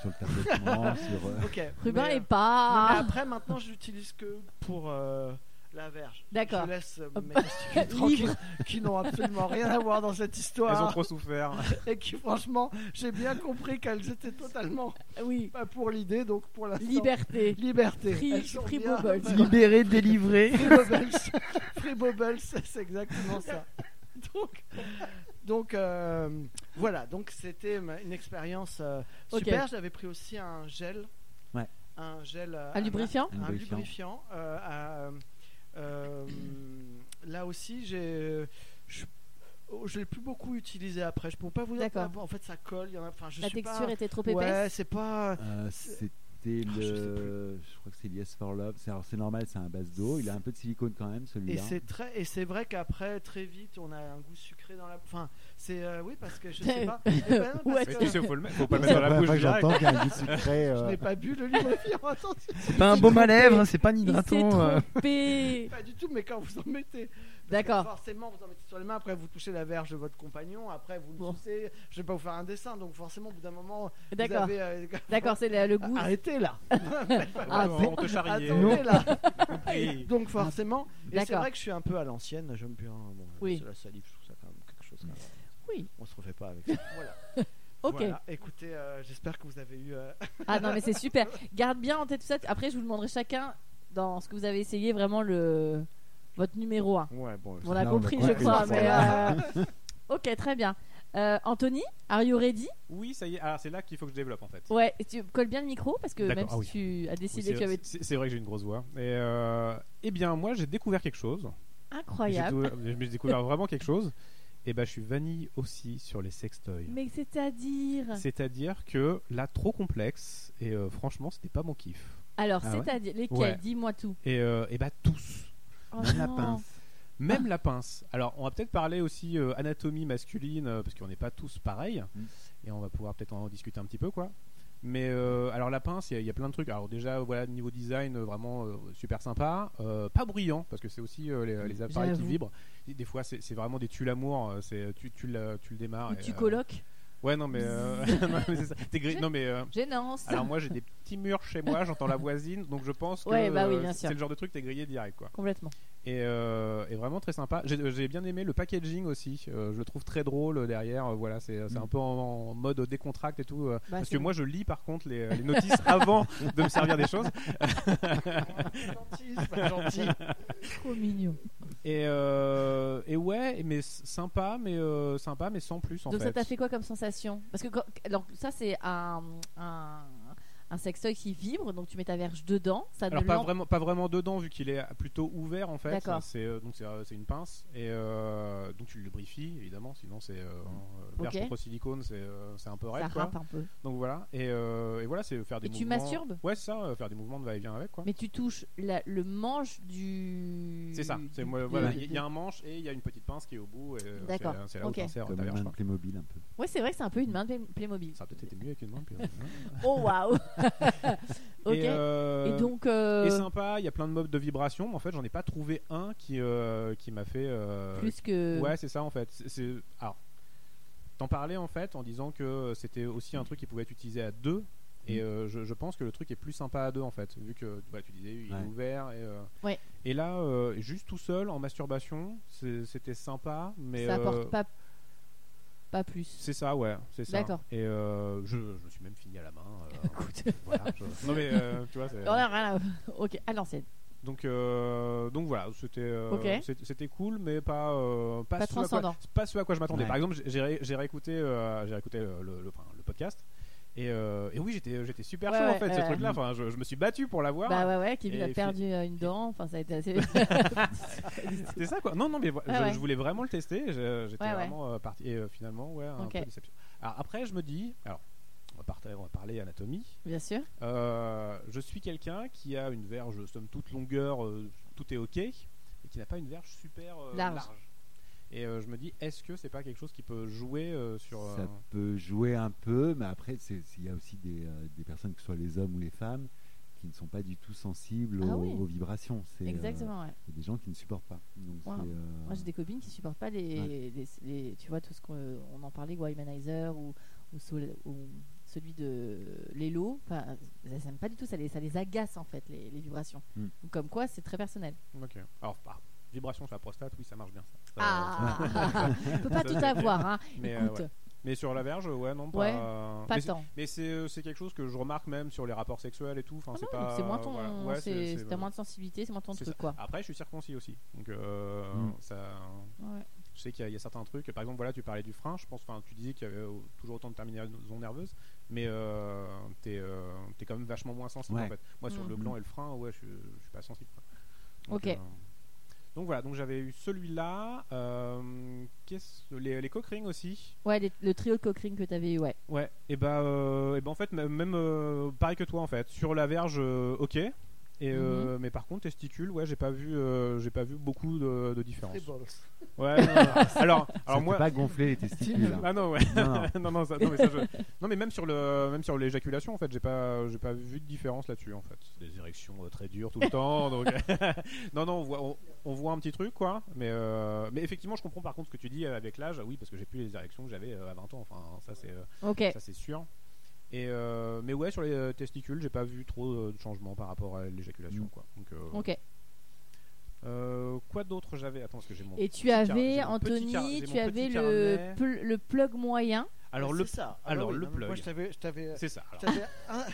Speaker 5: sur le tapotement.
Speaker 6: [laughs]
Speaker 5: sur, euh,
Speaker 3: [laughs]
Speaker 6: ok.
Speaker 1: Rubin
Speaker 6: mais,
Speaker 1: est
Speaker 6: euh, non, mais
Speaker 1: pas.
Speaker 6: après maintenant je l'utilise que pour euh, la verge.
Speaker 1: D'accord.
Speaker 6: Je laisse euh,
Speaker 1: Hop. [laughs]
Speaker 6: mes testicules tranquilles, qui n'ont absolument rien à voir dans cette histoire.
Speaker 3: Elles ont trop souffert.
Speaker 1: [laughs]
Speaker 6: et qui franchement j'ai bien compris qu'elles étaient totalement
Speaker 1: Oui,
Speaker 6: pas pour l'idée donc pour la
Speaker 1: [laughs] liberté.
Speaker 6: liberté
Speaker 1: Free-
Speaker 6: Elles sont
Speaker 1: free
Speaker 6: bien-
Speaker 1: bubbles.
Speaker 4: Libéré, délivré.
Speaker 1: [laughs]
Speaker 6: free [laughs] bubbles Free bubbles, c'est exactement ça donc donc euh, voilà donc c'était ma- une expérience euh,
Speaker 1: Ok.
Speaker 6: super j'avais pris aussi un gel
Speaker 5: Ouais.
Speaker 6: un gel euh,
Speaker 1: Un lubrifiant
Speaker 6: un
Speaker 5: Lubrifiant.
Speaker 6: lubrifiant euh, à, euh, là aussi j'ai je, oh, je l'ai plus beaucoup utilisé après je peux pas vous dire
Speaker 1: D'accord.
Speaker 6: en fait ça colle il y en a enfin je
Speaker 1: La
Speaker 6: suis pas-
Speaker 1: texture était trop
Speaker 6: Ouais,
Speaker 1: épaisse.
Speaker 6: c'est pas.
Speaker 5: Euh,
Speaker 6: C'est-
Speaker 5: C'était
Speaker 6: Ah, je sais
Speaker 5: le. Je, crois que c'est Yes for Love. C'est alors, c'est normal, c'est un base d'eau. Il a un peu de silicone quand même,
Speaker 6: Et
Speaker 5: celui-là.
Speaker 6: c'est très, et c'est vrai qu'après très vite, on a un goût sucré dans la. Enfin, c'est euh, oui parce que je
Speaker 1: [laughs]
Speaker 6: sais pas. Eh ben, parce
Speaker 1: Ouais.
Speaker 3: Mais
Speaker 6: que
Speaker 3: tu sais, faut le mettre- faut pas le
Speaker 5: C'est
Speaker 3: mettre dans
Speaker 5: la
Speaker 3: la
Speaker 5: première
Speaker 3: bouche
Speaker 5: fois que
Speaker 3: direct.
Speaker 5: j'entends qu'il y a un goût sucré.
Speaker 6: je
Speaker 5: euh,
Speaker 6: n'ai pas bu le lubrifiant, [laughs] attention,
Speaker 4: C'est pas un baume à lèvres, c'est pas un
Speaker 1: Il s'est
Speaker 4: hydratant. euh.
Speaker 1: trompé.
Speaker 6: pas du tout. Mais quand vous en mettez, parce que
Speaker 1: D'accord.
Speaker 6: Forcément, vous en mettez sur les mains. Après, vous touchez la verge de votre compagnon. Après, vous le
Speaker 1: Bon.
Speaker 6: sucez. Je vais pas vous faire un dessin, donc forcément, au bout d'un moment,
Speaker 1: [laughs]
Speaker 6: vous
Speaker 1: D'accord,
Speaker 6: avez. euh,
Speaker 1: d'accord, c'est le le goût.
Speaker 6: Arrêtez là.
Speaker 1: Ah,
Speaker 3: On
Speaker 1: bon.
Speaker 3: hein, te charriait.
Speaker 6: Attendez là.
Speaker 3: Oui.
Speaker 6: [laughs] Donc forcément, et c'est
Speaker 1: D'accord.
Speaker 6: vrai que je suis un peu à l'ancienne, j'aime bien bon,
Speaker 1: Oui.
Speaker 6: c'est la salive, je trouve ça quand même quelque chose. quand même.
Speaker 1: Oui.
Speaker 6: On se refait pas
Speaker 2: [laughs]
Speaker 6: avec ça. voilà.
Speaker 1: Ok.
Speaker 6: Voilà. Écoutez, euh, j'espère que vous avez eu euh,
Speaker 1: Ah non, mais c'est super. Garde bien en tête tout ça. Après, je vous demanderai chacun dans ce que vous avez essayé vraiment le votre numéro 1.
Speaker 3: Ouais, bon.
Speaker 1: On a
Speaker 5: Non, on a
Speaker 1: compris, je
Speaker 5: compris,
Speaker 1: crois.
Speaker 5: c'est
Speaker 1: Mais euh, ok, très bien. Euh, Anthony, are you ready
Speaker 3: Oui, ça y est. Alors, c'est là qu'il faut que je développe en fait.
Speaker 1: Ouais, et tu colles bien le micro parce que
Speaker 3: D'accord,
Speaker 1: même
Speaker 3: ah
Speaker 1: si
Speaker 3: oui.
Speaker 1: tu as
Speaker 3: Oui,
Speaker 1: décidé que tu avais
Speaker 3: c'est- C'est c'est vrai que j'ai une grosse voix. Et euh, eh bien, moi, j'ai découvert quelque chose. J'ai
Speaker 1: incroyable.
Speaker 3: découvert- J'ai découvert vraiment quelque chose. Et ben, je suis vanille aussi sur les sextoys.
Speaker 1: Mais c'est-à-dire
Speaker 3: C'est-à-dire que là, trop complexe. Et euh, franchement, c'était pas mon kiff.
Speaker 1: Alors,
Speaker 5: Ah ouais
Speaker 1: c'est-à-dire lesquels
Speaker 3: Ouais.
Speaker 1: Dis-moi tout.
Speaker 3: Et euh, eh ben, tous.
Speaker 1: Oh
Speaker 5: Même la
Speaker 1: non.
Speaker 5: pince.
Speaker 3: Même la pince. Alors, on va peut-être parler aussi euh, anatomie masculine, euh, parce qu'on n'est pas tous pareils,
Speaker 5: Mm.
Speaker 3: et on va pouvoir peut-être en discuter un petit peu, quoi. Mais euh, alors la pince, il y, a- il y a plein de trucs. Alors déjà, voilà, niveau design, euh, vraiment euh, super sympa, Euh, pas bruyant, parce que c'est aussi euh, les, les appareils qui
Speaker 1: J'avoue.
Speaker 3: vibrent. Et des fois, c'est c'est vraiment des tue l'amour. euh, C'est tu, tu, le- tu le démarres.
Speaker 1: Ou
Speaker 3: et,
Speaker 1: tu
Speaker 3: euh,
Speaker 1: colloques
Speaker 3: Ouais, non, mais. euh, [laughs] non, mais c'est ça. T'es gris- Non, mais. euh,
Speaker 1: Gênance.
Speaker 3: Alors moi j'ai des petits murs chez moi, j'entends la voisine, donc je pense que
Speaker 1: Ouais, bah oui,
Speaker 3: euh,
Speaker 1: bien sûr.
Speaker 3: c'est le genre de truc t'es grillé direct quoi.
Speaker 1: Complètement.
Speaker 3: Et, euh, et vraiment très sympa. J'ai j'ai bien aimé le packaging aussi. euh, je le trouve très drôle derrière. euh, voilà, c'est c'est
Speaker 5: Mm.
Speaker 3: un peu en, en mode décontracte et tout. euh,
Speaker 1: Bah,
Speaker 3: parce
Speaker 1: c'est
Speaker 3: que moi je lis par contre les, les notices [laughs] avant de me servir des choses.
Speaker 2: [laughs] gentil, c'est
Speaker 6: [laughs]
Speaker 2: pas gentil.
Speaker 1: trop mignon.
Speaker 3: Et, euh, et ouais, mais s- sympa, mais euh, sympa, mais sans plus en
Speaker 1: Donc
Speaker 3: fait.
Speaker 1: ça t'a fait quoi comme sensation Parce que quand- alors, ça c'est un, un, un sextoy qui vibre, donc tu mets ta verge dedans, ça
Speaker 3: Alors
Speaker 1: ne
Speaker 3: pas
Speaker 1: l'en-
Speaker 3: vraiment, pas vraiment dedans vu qu'il est plutôt ouvert en fait.
Speaker 1: D'accord.
Speaker 3: C'est euh, donc c'est euh, c'est une pince et euh, donc tu le lubrifies évidemment, sinon c'est euh, euh, verre
Speaker 1: Ok.
Speaker 3: contre silicone, c'est euh, c'est un peu
Speaker 1: ça
Speaker 3: raide quoi.
Speaker 1: râpe un peu.
Speaker 3: Donc voilà et, euh, et voilà c'est faire des
Speaker 1: Et tu
Speaker 3: mouvements.
Speaker 1: masturbes
Speaker 3: Ouais c'est ça, euh, faire des mouvements de va-et-vient avec quoi.
Speaker 1: Mais tu touches la- le manche du.
Speaker 3: C'est ça. C'est
Speaker 1: du-
Speaker 3: moi
Speaker 1: du-
Speaker 3: voilà,
Speaker 1: du-
Speaker 3: il y, a un manche et il y a une petite pince qui est au bout et euh, c'est
Speaker 1: D'accord.
Speaker 3: c'est là où
Speaker 1: Ok.
Speaker 3: t'insères
Speaker 5: Comme
Speaker 3: ta
Speaker 5: une
Speaker 3: verge.
Speaker 5: main de
Speaker 3: quoi.
Speaker 5: Playmobil un peu.
Speaker 1: Ouais, c'est vrai que c'est un peu une main de Play- Playmobil.
Speaker 3: Ça a peut-être été mieux avec une main. puis- euh, hein.
Speaker 1: Oh
Speaker 3: [laughs]
Speaker 1: waouh Ok.
Speaker 3: Et,
Speaker 1: Et,
Speaker 3: euh,
Speaker 1: donc. euh,
Speaker 3: et sympa, il y a plein de mobs de vibration, mais en fait j'en ai pas trouvé un qui, euh, qui m'a fait euh,
Speaker 1: plus que.
Speaker 3: Ouais, c'est ça en fait. C'est- C'est alors t'en parlais en fait en disant que euh, c'était aussi un truc qui pouvait être utilisé à deux. Et
Speaker 1: Mhm.
Speaker 3: euh, je, je pense que le truc est plus sympa à deux en fait, vu que bah, tu disais il
Speaker 5: Ouais.
Speaker 3: est ouvert et euh,
Speaker 1: Ouais.
Speaker 3: et là euh, juste tout seul en masturbation, c'est- c'était sympa, mais
Speaker 1: ça
Speaker 3: euh,
Speaker 1: apporte pas. Pas plus.
Speaker 3: c'est ça ouais, c'est ça.
Speaker 1: D'accord.
Speaker 3: Et euh, je, je me suis même fini à la main. euh, [laughs]
Speaker 1: Écoute.
Speaker 3: voilà, je- Non mais euh, tu vois. c'est-
Speaker 1: Oh là là, Ok, à [laughs] l'ancienne.
Speaker 3: Donc, euh, donc voilà, c'était euh,
Speaker 1: Ok.
Speaker 3: c'est- c'était cool, mais pas euh, pas,
Speaker 1: Pas
Speaker 3: ce à quoi-
Speaker 1: transcendant.
Speaker 3: pas ce à quoi je m'attendais.
Speaker 5: Ouais.
Speaker 3: Par exemple, j'ai- j'ai ré- j'ai réécouté euh, j'ai réécouté euh, le, le- enfin, le podcast et, euh, et oui, j'étais j'étais super
Speaker 1: Ouais,
Speaker 3: chaud
Speaker 1: ouais,
Speaker 3: en fait
Speaker 1: ouais,
Speaker 3: ce
Speaker 1: ouais.
Speaker 3: truc-là. Enfin, je, je me suis battu pour l'avoir.
Speaker 1: Bah ouais, ouais, Kevin
Speaker 3: Ah. Et
Speaker 1: a
Speaker 3: fi-
Speaker 1: perdu euh, une dent. Enfin, ça a été
Speaker 3: [laughs]
Speaker 1: assez.
Speaker 3: C'était ça quoi. Non, non, mais vo-
Speaker 1: Ouais,
Speaker 3: je,
Speaker 1: ouais.
Speaker 3: je voulais vraiment le tester. je- J'étais
Speaker 1: Ouais, ouais.
Speaker 3: vraiment euh, parti. Et euh, finalement, ouais, un
Speaker 1: Ok.
Speaker 3: peu déception. Alors après, je me dis, alors on va, partir- on va parler anatomie.
Speaker 1: [laughs] Bien sûr.
Speaker 3: Euh, je suis quelqu'un qui a une verge, somme toute longueur, euh, tout est ok, et qui n'a pas une verge super euh, large.
Speaker 1: Large.
Speaker 3: Et euh, je me dis, est-ce que c'est pas quelque chose qui peut jouer euh, sur. euh,
Speaker 5: Ça peut jouer un peu, mais après, c'est- il y a aussi des, euh, des personnes, que ce soit les hommes ou les femmes, qui ne sont pas du tout sensibles
Speaker 1: Ah
Speaker 5: aux,
Speaker 1: oui.
Speaker 5: aux vibrations. C'est, euh,
Speaker 1: Exactement, ouais.
Speaker 5: il y a des gens qui ne supportent pas. Donc,
Speaker 1: Wow.
Speaker 5: c'est, euh,
Speaker 1: Moi, j'ai des copines qui supportent pas les, les- les- tu vois, tout ce qu'on on en parlait, Womanizer ou, ou, Sol- ou celui de Lelo. Enfin, elles aiment pas du tout, ça les, ça les agace en fait, les, les vibrations.
Speaker 5: Hmm.
Speaker 1: Donc, Comme quoi, c'est très personnel.
Speaker 3: ok. Alors, par vibration sur la prostate, oui, ça marche bien. Ça. Ça,
Speaker 1: Ah,
Speaker 3: ça- [laughs]
Speaker 1: on peut pas tout avoir, hein.
Speaker 3: Bah, mais, euh,
Speaker 1: Écoute,
Speaker 3: ouais. Mais sur la verge, ouais, non, pas.
Speaker 1: Ouais,
Speaker 3: mais
Speaker 1: pas
Speaker 3: c'est-
Speaker 1: tant.
Speaker 3: mais c'est euh, c'est quelque chose que je remarque même sur les rapports sexuels et tout. Enfin,
Speaker 1: Ah
Speaker 3: c'est
Speaker 1: non,
Speaker 3: pas.
Speaker 1: C'est moins ton,
Speaker 3: voilà. Ouais,
Speaker 1: c'est c'est- t'as moins de sensibilité, c'est moins ton
Speaker 3: c'est
Speaker 1: truc
Speaker 3: ça.
Speaker 1: quoi.
Speaker 3: Après, je suis circoncis aussi, donc euh,
Speaker 5: Mm.
Speaker 3: ça.
Speaker 1: Ouais.
Speaker 3: Je sais qu'il y, a- il y a certains trucs. Par exemple, voilà, tu parlais du frein. Je pense, enfin, tu disais qu'il y avait euh, toujours autant de terminaisons nerveuses, mais euh, t'es euh, t'es quand même vachement moins sensible
Speaker 5: Ouais.
Speaker 3: en fait. Moi, sur
Speaker 1: Mm.
Speaker 3: le gland et le frein, ouais, je, suis- je suis pas sensible. quoi. euh,
Speaker 1: Ok.
Speaker 3: donc voilà. Donc j'avais eu celui-là. Euh, qu'est-ce- les, les coquerings aussi.
Speaker 1: Ouais, les- le trio de Cochrane que t'avais eu, ouais.
Speaker 3: Ouais. Et ben, euh, et ben en fait, même- même euh, pareil que toi en fait. Sur la verge, euh, ok. Et euh, mais par contre testicule, ouais, j'ai pas vu, euh, j'ai pas vu beaucoup de, de différence.
Speaker 2: Les balls.
Speaker 3: Ouais. non, non. alors,
Speaker 5: ça
Speaker 3: alors
Speaker 5: ne
Speaker 3: moi,
Speaker 5: peut pas gonfler les testicules. hein.
Speaker 3: ah non, ouais.
Speaker 5: Non, non.
Speaker 3: [laughs] non, non, ça- non, mais ça, je- non, mais même sur le, même sur l'éjaculation, en fait, j'ai pas, j'ai pas vu de différence là-dessus, en fait. C'est Des érections euh, très dures [laughs] tout le temps, donc. non, non, on voit, on, on voit un petit truc, quoi. Mais, euh, mais effectivement, je comprends par contre ce que tu dis euh, avec l'âge. Oui, parce que j'ai plus les érections que j'avais euh, à 20 ans. Enfin, ça c'est, euh,
Speaker 1: Ok.
Speaker 3: ça c'est sûr. Et euh, mais ouais, sur les euh, testicules, j'ai pas vu trop euh, de changements par rapport à l'éjaculation,
Speaker 5: Mm.
Speaker 3: quoi. Donc, euh,
Speaker 1: Ok.
Speaker 3: euh, quoi d'autre j'avais Attends, parce que j'ai mon.
Speaker 1: Et
Speaker 3: petit
Speaker 1: tu
Speaker 3: car-
Speaker 1: avais,
Speaker 3: j'ai mon petit
Speaker 1: Anthony,
Speaker 3: car- j'ai mon
Speaker 1: tu
Speaker 3: petit
Speaker 1: avais le,
Speaker 3: carnet.
Speaker 1: pl- le plug moyen.
Speaker 3: Alors
Speaker 2: C'est
Speaker 3: le,
Speaker 2: ça. Ah
Speaker 3: alors,
Speaker 2: oui,
Speaker 3: le
Speaker 2: non, mais Moi,
Speaker 3: plug.
Speaker 2: je t'avais, je t'avais,
Speaker 3: c'est ça. alors.
Speaker 2: je
Speaker 6: [laughs]
Speaker 2: t'avais un-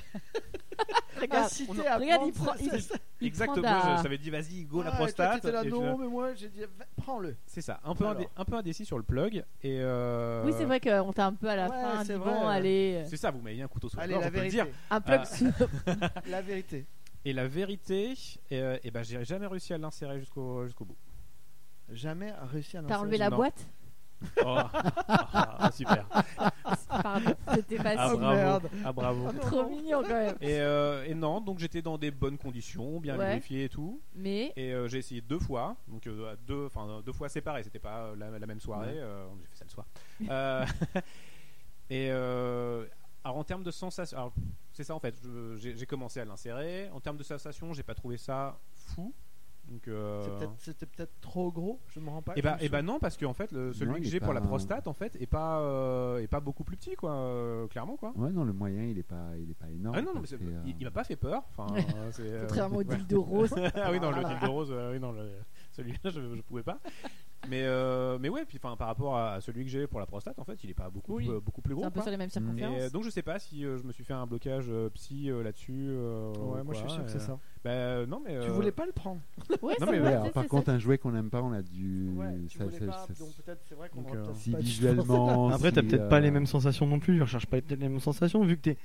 Speaker 2: incité à
Speaker 1: [laughs] regarde, il
Speaker 2: prendre
Speaker 1: prend- il-
Speaker 2: ça, c'est ça.
Speaker 3: Exactement,
Speaker 1: prend la-
Speaker 3: je- j'avais dit vas-y, go la
Speaker 2: Ah, et toi,
Speaker 3: prostate.
Speaker 2: t'étais là,
Speaker 3: et je-
Speaker 2: non, mais moi, j'ai dit, va- prends-le.
Speaker 3: C'est ça, un peu,
Speaker 2: Alors.
Speaker 3: indé- un peu indécis sur le plug. Et euh,
Speaker 1: Oui, c'est vrai qu'on t'a un peu à la
Speaker 2: Ouais,
Speaker 1: fin.
Speaker 2: c'est
Speaker 1: Dis
Speaker 2: vrai.
Speaker 1: bon, allez. euh,
Speaker 3: C'est ça, vous m'avez mis un couteau sous la
Speaker 2: Allez,
Speaker 3: gorge,
Speaker 2: la
Speaker 3: on peut le
Speaker 2: vérité.
Speaker 3: dire.
Speaker 1: Un plug
Speaker 3: Ah.
Speaker 1: sous.
Speaker 2: La vérité.
Speaker 3: Et la vérité, et, euh, eh ben, j'ai jamais réussi à l'insérer jusqu'au jusqu'au
Speaker 1: [laughs]
Speaker 3: bout.
Speaker 2: Jamais réussi à
Speaker 1: T'as enlevé la
Speaker 3: non.
Speaker 1: boîte
Speaker 3: Oh. Ah, super.
Speaker 1: Oh, Pardon, c'était
Speaker 3: [laughs] Ah,
Speaker 1: facile.
Speaker 3: bravo.
Speaker 2: merde.
Speaker 3: Ah, bravo.
Speaker 1: Trop mignon quand même.
Speaker 3: Et, euh, et non, donc j'étais dans des bonnes conditions, bien
Speaker 1: Ouais.
Speaker 3: lubrifié et tout.
Speaker 1: Mais
Speaker 3: Et euh, j'ai essayé deux fois, donc euh, à deux, enfin deux fois séparées, c'était pas euh, la, la même soirée. euh, j'ai fait ça le soir. Euh, [laughs] et euh, alors en termes de sensation, alors, c'est ça en fait. je- J'ai j'ai commencé à l'insérer. En termes de sensation, j'ai pas trouvé ça fou. Donc, euh,
Speaker 6: C'est peut-être- C'était peut-être trop gros, je me rends pas
Speaker 3: et bah,
Speaker 6: compte.
Speaker 3: et bah non, parce que en fait, le- celui
Speaker 5: Non, il
Speaker 3: que
Speaker 5: est
Speaker 3: j'ai pour la
Speaker 5: pas-
Speaker 3: prostate, en fait, est pas, euh, est pas beaucoup plus petit, quoi, euh, clairement, quoi.
Speaker 5: Ouais, non, le moyen, il est pas, il est pas énorme.
Speaker 3: Ah non, non, mais
Speaker 5: ça
Speaker 3: c'est-
Speaker 5: fait, euh,
Speaker 3: il, il m'a pas fait peur. Enfin, euh, c'est, euh, [laughs]
Speaker 1: Contrairement au
Speaker 3: ouais.
Speaker 1: dildo rose.
Speaker 3: ah oui, non, le dildo rose, euh, oui, non, le- celui-là, je, je pouvais pas. Mais, euh, mais ouais, puis enfin, par rapport à à celui que j'ai pour la prostate, en fait, il est pas beaucoup,
Speaker 1: Oui.
Speaker 3: euh, beaucoup plus
Speaker 1: C'est
Speaker 3: gros.
Speaker 1: un peu
Speaker 3: quoi.
Speaker 1: sur les mêmes
Speaker 3: Et,
Speaker 1: circonférences.
Speaker 3: euh, donc je sais pas si euh, je me suis fait un blocage euh, psy euh, là-dessus. euh,
Speaker 6: Ouais,
Speaker 3: ou
Speaker 6: moi je suis
Speaker 3: quoi,
Speaker 6: sûr que c'est
Speaker 3: euh,
Speaker 6: ça.
Speaker 3: bah, non mais.
Speaker 6: Tu
Speaker 3: euh,
Speaker 6: voulais pas le prendre
Speaker 1: Ouais,
Speaker 3: non,
Speaker 1: ça
Speaker 3: mais
Speaker 1: me
Speaker 3: ouais,
Speaker 1: va,
Speaker 5: alors,
Speaker 1: c'est-
Speaker 5: par
Speaker 1: c'est-
Speaker 5: contre, un jouet qu'on n'aime pas, on a du.
Speaker 6: Ouais, tu
Speaker 5: euh, ça-
Speaker 6: voulais
Speaker 5: ça-
Speaker 6: pas,
Speaker 5: ça-
Speaker 6: donc peut-être c'est vrai qu'on
Speaker 3: Donc,
Speaker 6: va
Speaker 3: euh,
Speaker 6: peut-être
Speaker 5: si
Speaker 6: pas du
Speaker 3: Oh,
Speaker 6: tout-
Speaker 5: visuellement.
Speaker 4: Après,
Speaker 5: si,
Speaker 4: t'as peut-être pas
Speaker 5: euh,
Speaker 4: les mêmes sensations non plus. Je recherche pas peut-être les mêmes sensations vu que t'es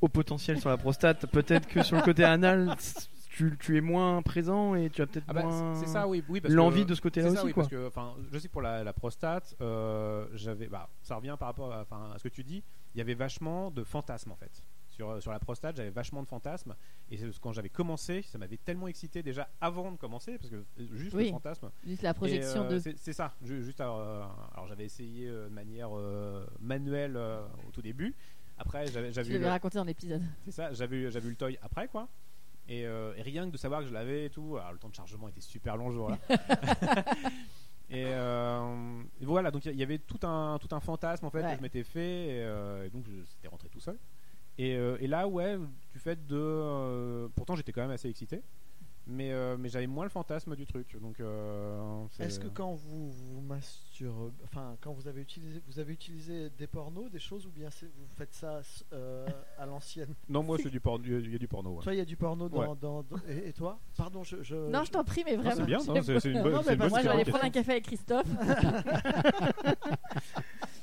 Speaker 4: au potentiel sur la prostate. Peut-être que sur le côté anal, [laughs] tu, tu es moins présent et tu as peut-être
Speaker 3: Ah bah,
Speaker 4: moins
Speaker 3: c'est- c'est ça, oui, oui. parce que-
Speaker 4: l'envie de ce côté-là
Speaker 3: C'est
Speaker 4: aussi.
Speaker 3: ça, oui,
Speaker 4: quoi.
Speaker 3: parce que enfin, je sais que pour la, la prostate, euh, j'avais, bah, ça revient par rapport à, enfin, à ce que tu dis. Il y avait vachement de fantasmes en fait. Sur, euh, sur la prostate, j'avais vachement de fantasmes. Et c'est- quand j'avais commencé, ça m'avait tellement excité déjà avant de commencer, parce que euh, juste
Speaker 1: Oui.
Speaker 3: le fantasme.
Speaker 1: Juste la projection
Speaker 3: Et, euh,
Speaker 1: de.
Speaker 3: c'est- C'est ça. ju- Juste alors, euh, alors j'avais essayé euh, de manière euh, manuelle euh, au tout début. Après, j'avais
Speaker 1: Je
Speaker 3: j'avais eu
Speaker 1: l'avais
Speaker 3: le-
Speaker 1: raconté dans l'épisode.
Speaker 3: c'est ça, j'avais eu, j'avais eu le toy après quoi. Et, euh, et rien que de savoir que je l'avais et tout, alors le temps de chargement était super long ce jour-là. et euh, voilà, donc il y- y avait tout un, tout un fantasme en fait
Speaker 1: Ouais.
Speaker 3: que je m'étais fait, et, euh, et donc je- c'était rentré tout seul. Et, euh, et là, ouais, du fait de. euh, pourtant j'étais quand même assez excité, mais, euh, mais j'avais moins le fantasme du truc. Donc, euh, c'est-
Speaker 6: Est-ce que quand vous vous masturbez, enfin quand vous avez utilisé, vous avez utilisé des pornos, des choses ou bien c'est- vous faites ça euh, à l'ancienne
Speaker 3: Non, moi c'est du porno, il y a du porno. ouais. Ah,
Speaker 6: Toi, il y a du porno dans,
Speaker 3: Ouais.
Speaker 6: dans- dans- et, et toi Pardon, je, je-
Speaker 1: Non, je t'en prie, mais
Speaker 3: Euh, Non,
Speaker 1: vraiment.
Speaker 3: c'est bien, non, c'est c'est une bonne
Speaker 6: Non, mais
Speaker 3: c'est une
Speaker 6: bah,
Speaker 3: bonne
Speaker 1: Moi, je vais aller
Speaker 3: question.
Speaker 1: prendre un café avec
Speaker 3: [laughs]
Speaker 1: Christophe.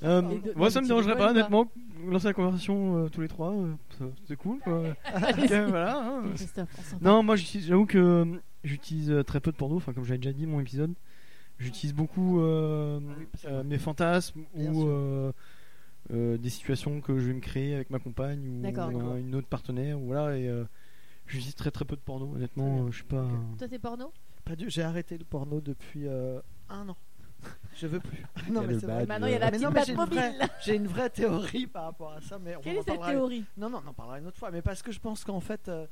Speaker 4: Euh,
Speaker 1: Et de-
Speaker 4: moi, ça
Speaker 1: donc,
Speaker 4: me
Speaker 1: tu
Speaker 4: dérangerait
Speaker 1: rigoles
Speaker 4: pas,
Speaker 1: ou pas
Speaker 4: honnêtement. Lancer la conversation euh, tous les trois, euh, ça- c'est cool. Quoi.
Speaker 1: [laughs]
Speaker 4: Ok, voilà, hein.
Speaker 1: Christophe, on s'en va.
Speaker 4: Non, moi, j'utilise- j'avoue que euh, j'utilise euh, très peu de porno. Enfin, comme j'avais déjà dit, mon épisode, j'utilise beaucoup euh, euh, mes fantasmes
Speaker 6: Bien
Speaker 4: ou
Speaker 6: sûr.
Speaker 4: euh, euh, des situations que je vais me créer avec ma compagne ou
Speaker 1: D'accord.
Speaker 4: un- une autre partenaire. Ou voilà, et euh, j'utilise très très peu de porno.
Speaker 6: Très
Speaker 4: Honnêtement,
Speaker 6: bien.
Speaker 4: euh, je suis pas.
Speaker 1: Toi, t'es porno
Speaker 6: Pas du- J'ai arrêté le porno depuis euh, un an. Je veux
Speaker 5: [laughs]
Speaker 6: plus. non
Speaker 5: y a
Speaker 6: mais
Speaker 5: le
Speaker 6: c'est
Speaker 5: badge.
Speaker 3: Ah,
Speaker 6: vrai.
Speaker 1: Et maintenant, Bah il y a la
Speaker 6: Mais
Speaker 1: petite
Speaker 6: non, mais
Speaker 1: patte
Speaker 6: j'ai une
Speaker 1: mobile.
Speaker 6: J'ai une vraie théorie par rapport à ça, mais on
Speaker 1: Quelle
Speaker 6: en
Speaker 1: est cette
Speaker 6: parlera
Speaker 1: théorie
Speaker 6: Non, non, on en parlera une autre fois. Mais parce que je pense qu'en fait, euh,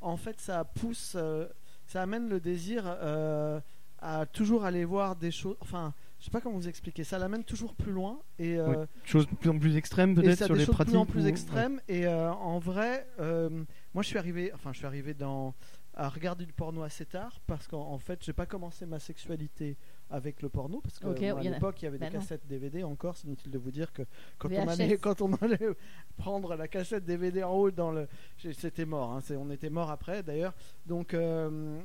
Speaker 6: en fait, ça pousse, euh, ça amène le désir euh, à toujours aller voir des choses. Enfin, je sais pas comment vous expliquer. Ça l'amène toujours plus loin et, euh,
Speaker 4: Chose de plus en plus extrême
Speaker 6: et
Speaker 4: peut-être
Speaker 6: ça
Speaker 4: sur
Speaker 6: des
Speaker 4: les
Speaker 6: choses de
Speaker 4: pratiques.
Speaker 6: plus en plus
Speaker 4: ou-
Speaker 6: extrêmes. Et euh, en vrai, euh, moi, je suis arrivé. Enfin, je suis arrivé dans à regarder du porno assez tard parce qu'en en fait, j'ai pas commencé ma sexualité avec le porno parce que
Speaker 1: Ok,
Speaker 6: moi,
Speaker 1: il y
Speaker 6: à
Speaker 1: en a-
Speaker 6: l'époque, il y avait
Speaker 1: Bah
Speaker 6: des
Speaker 1: non.
Speaker 6: cassettes DVD encore. C'est inutile de vous dire que quand on
Speaker 1: VHS.
Speaker 6: allait quand on allait prendre la cassette DVD en haut dans le j'ai- c'était mort hein, c'est- on était mort après d'ailleurs donc euh,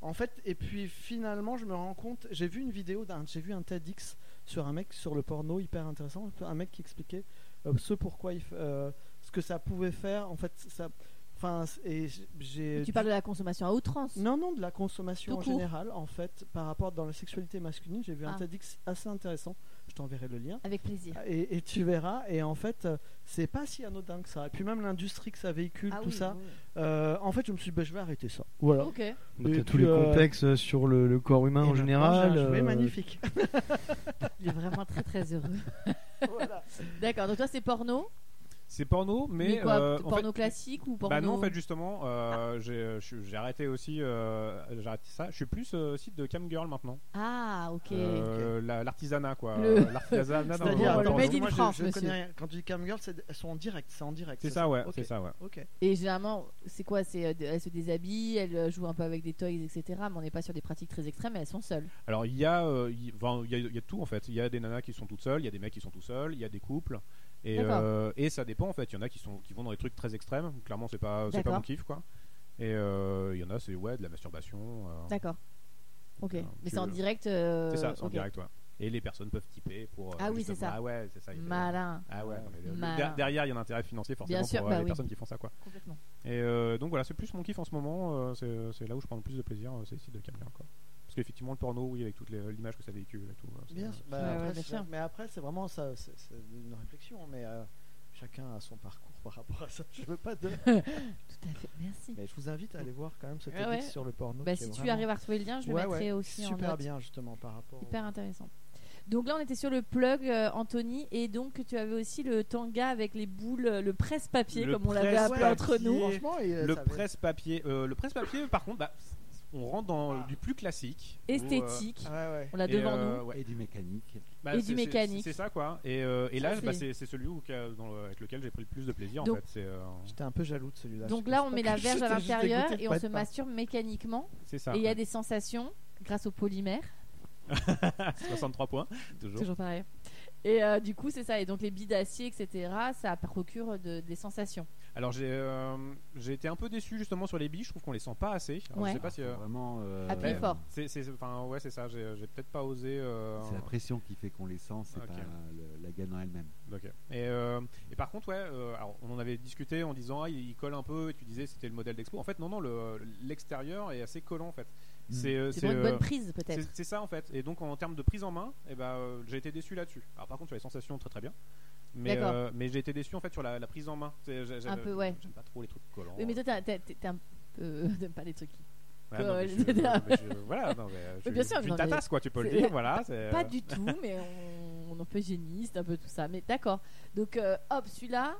Speaker 6: en fait et puis finalement je me rends compte j'ai vu une vidéo d'un j'ai vu un TEDx sur un mec sur le porno hyper intéressant un mec qui expliquait euh, ce pourquoi il f- euh, ce que ça pouvait faire en fait ça enfin et j'ai
Speaker 1: Tu
Speaker 6: dû-
Speaker 1: parles de la consommation à outrance.
Speaker 6: non, non, de la consommation
Speaker 1: Tout
Speaker 6: en
Speaker 1: court.
Speaker 6: général, en fait, par rapport dans la sexualité masculine, j'ai vu un
Speaker 1: Ah.
Speaker 6: TEDx assez intéressant. Je t'enverrai le lien.
Speaker 1: Avec plaisir.
Speaker 3: Ah,
Speaker 6: Et, et tu verras, et en fait, euh, c'est pas si anodin que ça. Et puis même l'industrie que ça véhicule,
Speaker 1: Ah
Speaker 6: tout ça. euh, en fait, je me suis dit, bah, je vais arrêter ça. Voilà.
Speaker 1: Ok.
Speaker 4: Bah,
Speaker 6: Et
Speaker 4: t'as tous
Speaker 6: puis,
Speaker 4: les
Speaker 6: euh,
Speaker 4: complexes euh, sur le, le corps humain
Speaker 6: Et
Speaker 4: en
Speaker 6: maintenant,
Speaker 4: général.
Speaker 6: j'ai un jouet [laughs]
Speaker 4: euh,
Speaker 6: magnifique.
Speaker 1: Il est vraiment très très heureux.
Speaker 6: Voilà.
Speaker 1: [laughs] D'accord, donc toi, c'est porno
Speaker 3: C'est porno, mais,
Speaker 1: Mais quoi
Speaker 3: euh, en
Speaker 1: Porno
Speaker 3: fait-
Speaker 1: classique ou porno
Speaker 3: Bah non, en fait, justement,
Speaker 1: Ah.
Speaker 3: euh, j'ai- euh, je suis- j'ai arrêté aussi, euh, j'ai arrêté ça. Je suis plus euh, site de Camgirl maintenant.
Speaker 1: Ah, ok.
Speaker 3: Euh, la- L'artisanat, quoi.
Speaker 1: Le- [laughs]
Speaker 3: Euh, L'artisanat dans le-
Speaker 6: C'est-à-dire,
Speaker 3: dans le-
Speaker 6: attends,
Speaker 1: made in
Speaker 6: moi, je-
Speaker 1: France,
Speaker 6: je
Speaker 1: monsieur.
Speaker 6: connais rien. Quand tu dis camgirl, c'est- elles sont en direct. C'est en direct.
Speaker 3: C'est ça, ouais.
Speaker 6: Ok.
Speaker 3: C'est ça, ouais.
Speaker 6: Ok.
Speaker 1: Et généralement, c'est quoi C'est euh, de- elles se déshabillent, elles euh, jouent un peu avec des toys, etc. Mais on n'est pas sur des pratiques très extrêmes. mais Elles sont seules.
Speaker 3: Alors, il y, a, euh, il- enfin, il y a, il y a tout, en fait. Il y a des nanas qui sont toutes seules, il y a des mecs qui sont tout seuls, il y a des couples. Et,
Speaker 1: D'accord.
Speaker 3: euh, et ça dépend, en fait. Il y en a qui, sont, qui vont dans des trucs très extrêmes. Clairement, c'est pas, c'est pas
Speaker 1: D'accord.
Speaker 3: mon kiff, quoi. Et euh, il y en a, c'est ouais, de la masturbation. euh,
Speaker 1: D'accord. Ok.
Speaker 3: Alors,
Speaker 1: mais
Speaker 3: tu-
Speaker 1: c'est en direct. euh,
Speaker 3: c'est ça, c'est en
Speaker 1: ok.
Speaker 3: direct, ouais. Et les personnes peuvent typer pour. euh,
Speaker 1: Ah oui,
Speaker 3: justement-
Speaker 1: c'est ça.
Speaker 3: Ah ouais, c'est ça. il fait-
Speaker 1: Malin.
Speaker 3: Ah ouais, non, mais le- le-
Speaker 1: Malin.
Speaker 3: der- derrière, il y a un intérêt financier, forcément,
Speaker 1: Bien sûr,
Speaker 3: pour euh,
Speaker 1: bah
Speaker 3: les
Speaker 1: oui.
Speaker 3: personnes qui font ça, quoi.
Speaker 1: Complètement.
Speaker 3: Et euh, donc voilà, c'est plus mon kiff en ce moment. euh, c'est- c'est là où je prends le plus de plaisir, euh, c'est ici de Camelot. Quoi. Parce qu'effectivement, le porno, oui, avec toute les- l'image que ça véhicule et tout. euh, c'est-
Speaker 6: Bien sûr. Bah,
Speaker 1: Ouais,
Speaker 6: après,
Speaker 1: ouais, bien
Speaker 6: c'est-
Speaker 1: sûr.
Speaker 6: Mais après, c'est vraiment ça. C'est c'est une réflexion. Mais euh, chacun a son parcours par rapport à ça. [laughs] Je veux pas de.
Speaker 1: Tout à fait. Merci.
Speaker 6: Mais je vous invite à aller voir quand même ce
Speaker 1: Ouais,
Speaker 6: TEDx
Speaker 1: ouais.
Speaker 6: sur le porno.
Speaker 1: Bah, si
Speaker 6: qui est
Speaker 1: tu
Speaker 6: vraiment
Speaker 1: arrives à retrouver le lien, je le
Speaker 6: Ouais,
Speaker 1: mettrai
Speaker 6: ouais.
Speaker 1: aussi en
Speaker 6: Super
Speaker 1: note.
Speaker 6: bien justement par rapport.
Speaker 1: Hyper
Speaker 6: au-
Speaker 1: intéressant. Donc là, on était sur le plug, euh, Anthony, et donc tu avais aussi le tanga avec les boules, euh, le presse-papier,
Speaker 3: Le
Speaker 1: comme on l'avait appelé
Speaker 3: presse-papier.
Speaker 6: euh,
Speaker 1: entre nous.
Speaker 6: Franchement, il-
Speaker 3: Le
Speaker 6: ça avait-
Speaker 3: presse-papier, euh, le presse-papier, par contre, bah, on rentre dans
Speaker 6: Ah.
Speaker 3: du plus classique. où, euh,
Speaker 1: Esthétique,
Speaker 6: Ouais, ouais.
Speaker 1: on l'a
Speaker 3: et,
Speaker 1: devant
Speaker 3: euh,
Speaker 1: nous.
Speaker 3: ouais.
Speaker 5: Et du mécanique.
Speaker 1: Et
Speaker 3: Bah, c'est-
Speaker 1: du
Speaker 3: c'est-
Speaker 1: mécanique.
Speaker 3: C'est ça quoi. Et, euh, et
Speaker 1: Ça,
Speaker 3: là,
Speaker 1: c'est-
Speaker 3: bah, c'est c'est celui où- dans le- avec lequel j'ai pris le plus de plaisir
Speaker 1: Donc-
Speaker 3: en fait. C'est euh,
Speaker 6: J'étais un peu jaloux de celui-là.
Speaker 1: Donc
Speaker 6: je
Speaker 1: là,
Speaker 6: pense
Speaker 1: on
Speaker 6: pas
Speaker 1: met
Speaker 6: que
Speaker 1: la verge à
Speaker 6: j'étais juste
Speaker 1: l'intérieur
Speaker 6: dégoûté de
Speaker 1: et
Speaker 6: pas
Speaker 1: on se
Speaker 6: être pas.
Speaker 1: masturbe mécaniquement.
Speaker 3: c'est ça.
Speaker 1: et il y a
Speaker 3: ouais.
Speaker 1: des sensations grâce au polymère.
Speaker 3: [laughs] 63 points toujours.
Speaker 1: Toujours pareil. Et euh, du coup, c'est ça. Et donc les billes d'acier, etc., ça procure de- des sensations.
Speaker 3: Alors j'ai euh, j'ai été un peu déçu justement sur les billes. Je trouve qu'on les sent pas assez. Alors,
Speaker 1: Ouais.
Speaker 3: Je sais pas si. euh,
Speaker 5: Vraiment. euh,
Speaker 1: Appuyez
Speaker 5: euh,
Speaker 1: fort.
Speaker 3: c'est c'est- enfin ouais c'est ça. J'ai j'ai peut-être pas osé. euh,
Speaker 5: C'est la pression qui fait qu'on les sent, c'est
Speaker 3: Ok.
Speaker 5: pas le- la gamme en elle-même.
Speaker 3: Ok. Et, euh, et par contre, ouais, euh, alors, on en avait discuté en disant ah, il, il colle un peu, et tu disais c'était le modèle d'expo. En fait, non, non, le- l'extérieur est assez collant en fait.
Speaker 5: Mm.
Speaker 3: C'est euh,
Speaker 1: C'est
Speaker 3: c'est,
Speaker 1: pour une bonne
Speaker 3: euh,
Speaker 1: prise, peut-être.
Speaker 3: c'est- c'est ça en fait. Et donc en termes de prise en main, eh ben, euh, j'ai été déçu là-dessus. Alors par contre, sur les sensations, très très bien. Mais,
Speaker 1: D'accord.
Speaker 3: euh, mais j'ai été déçu en fait sur la, la prise en main. C'est- j'ai- j'ai-
Speaker 1: Un peu, ouais.
Speaker 3: J'aime pas trop les trucs collants.
Speaker 1: Oui, mais toi, t'as- t'as- t'es t'es un peu. [laughs] T'aimes pas les trucs qui.
Speaker 3: Ouais, non, mais je-
Speaker 1: Colle.
Speaker 3: non, mais je- voilà, non, mais,
Speaker 1: [laughs]
Speaker 3: euh,
Speaker 1: Mais
Speaker 3: je-
Speaker 1: bien sûr,
Speaker 3: je suis
Speaker 1: non, mais-
Speaker 3: tatasse, quoi, tu peux le
Speaker 1: c'est-
Speaker 3: dire. Voilà, c'est-
Speaker 1: Pas du
Speaker 3: [laughs]
Speaker 1: tout, mais on, on est un peu géniste, un peu tout ça. Mais d'accord. Donc, euh, hop, celui-là,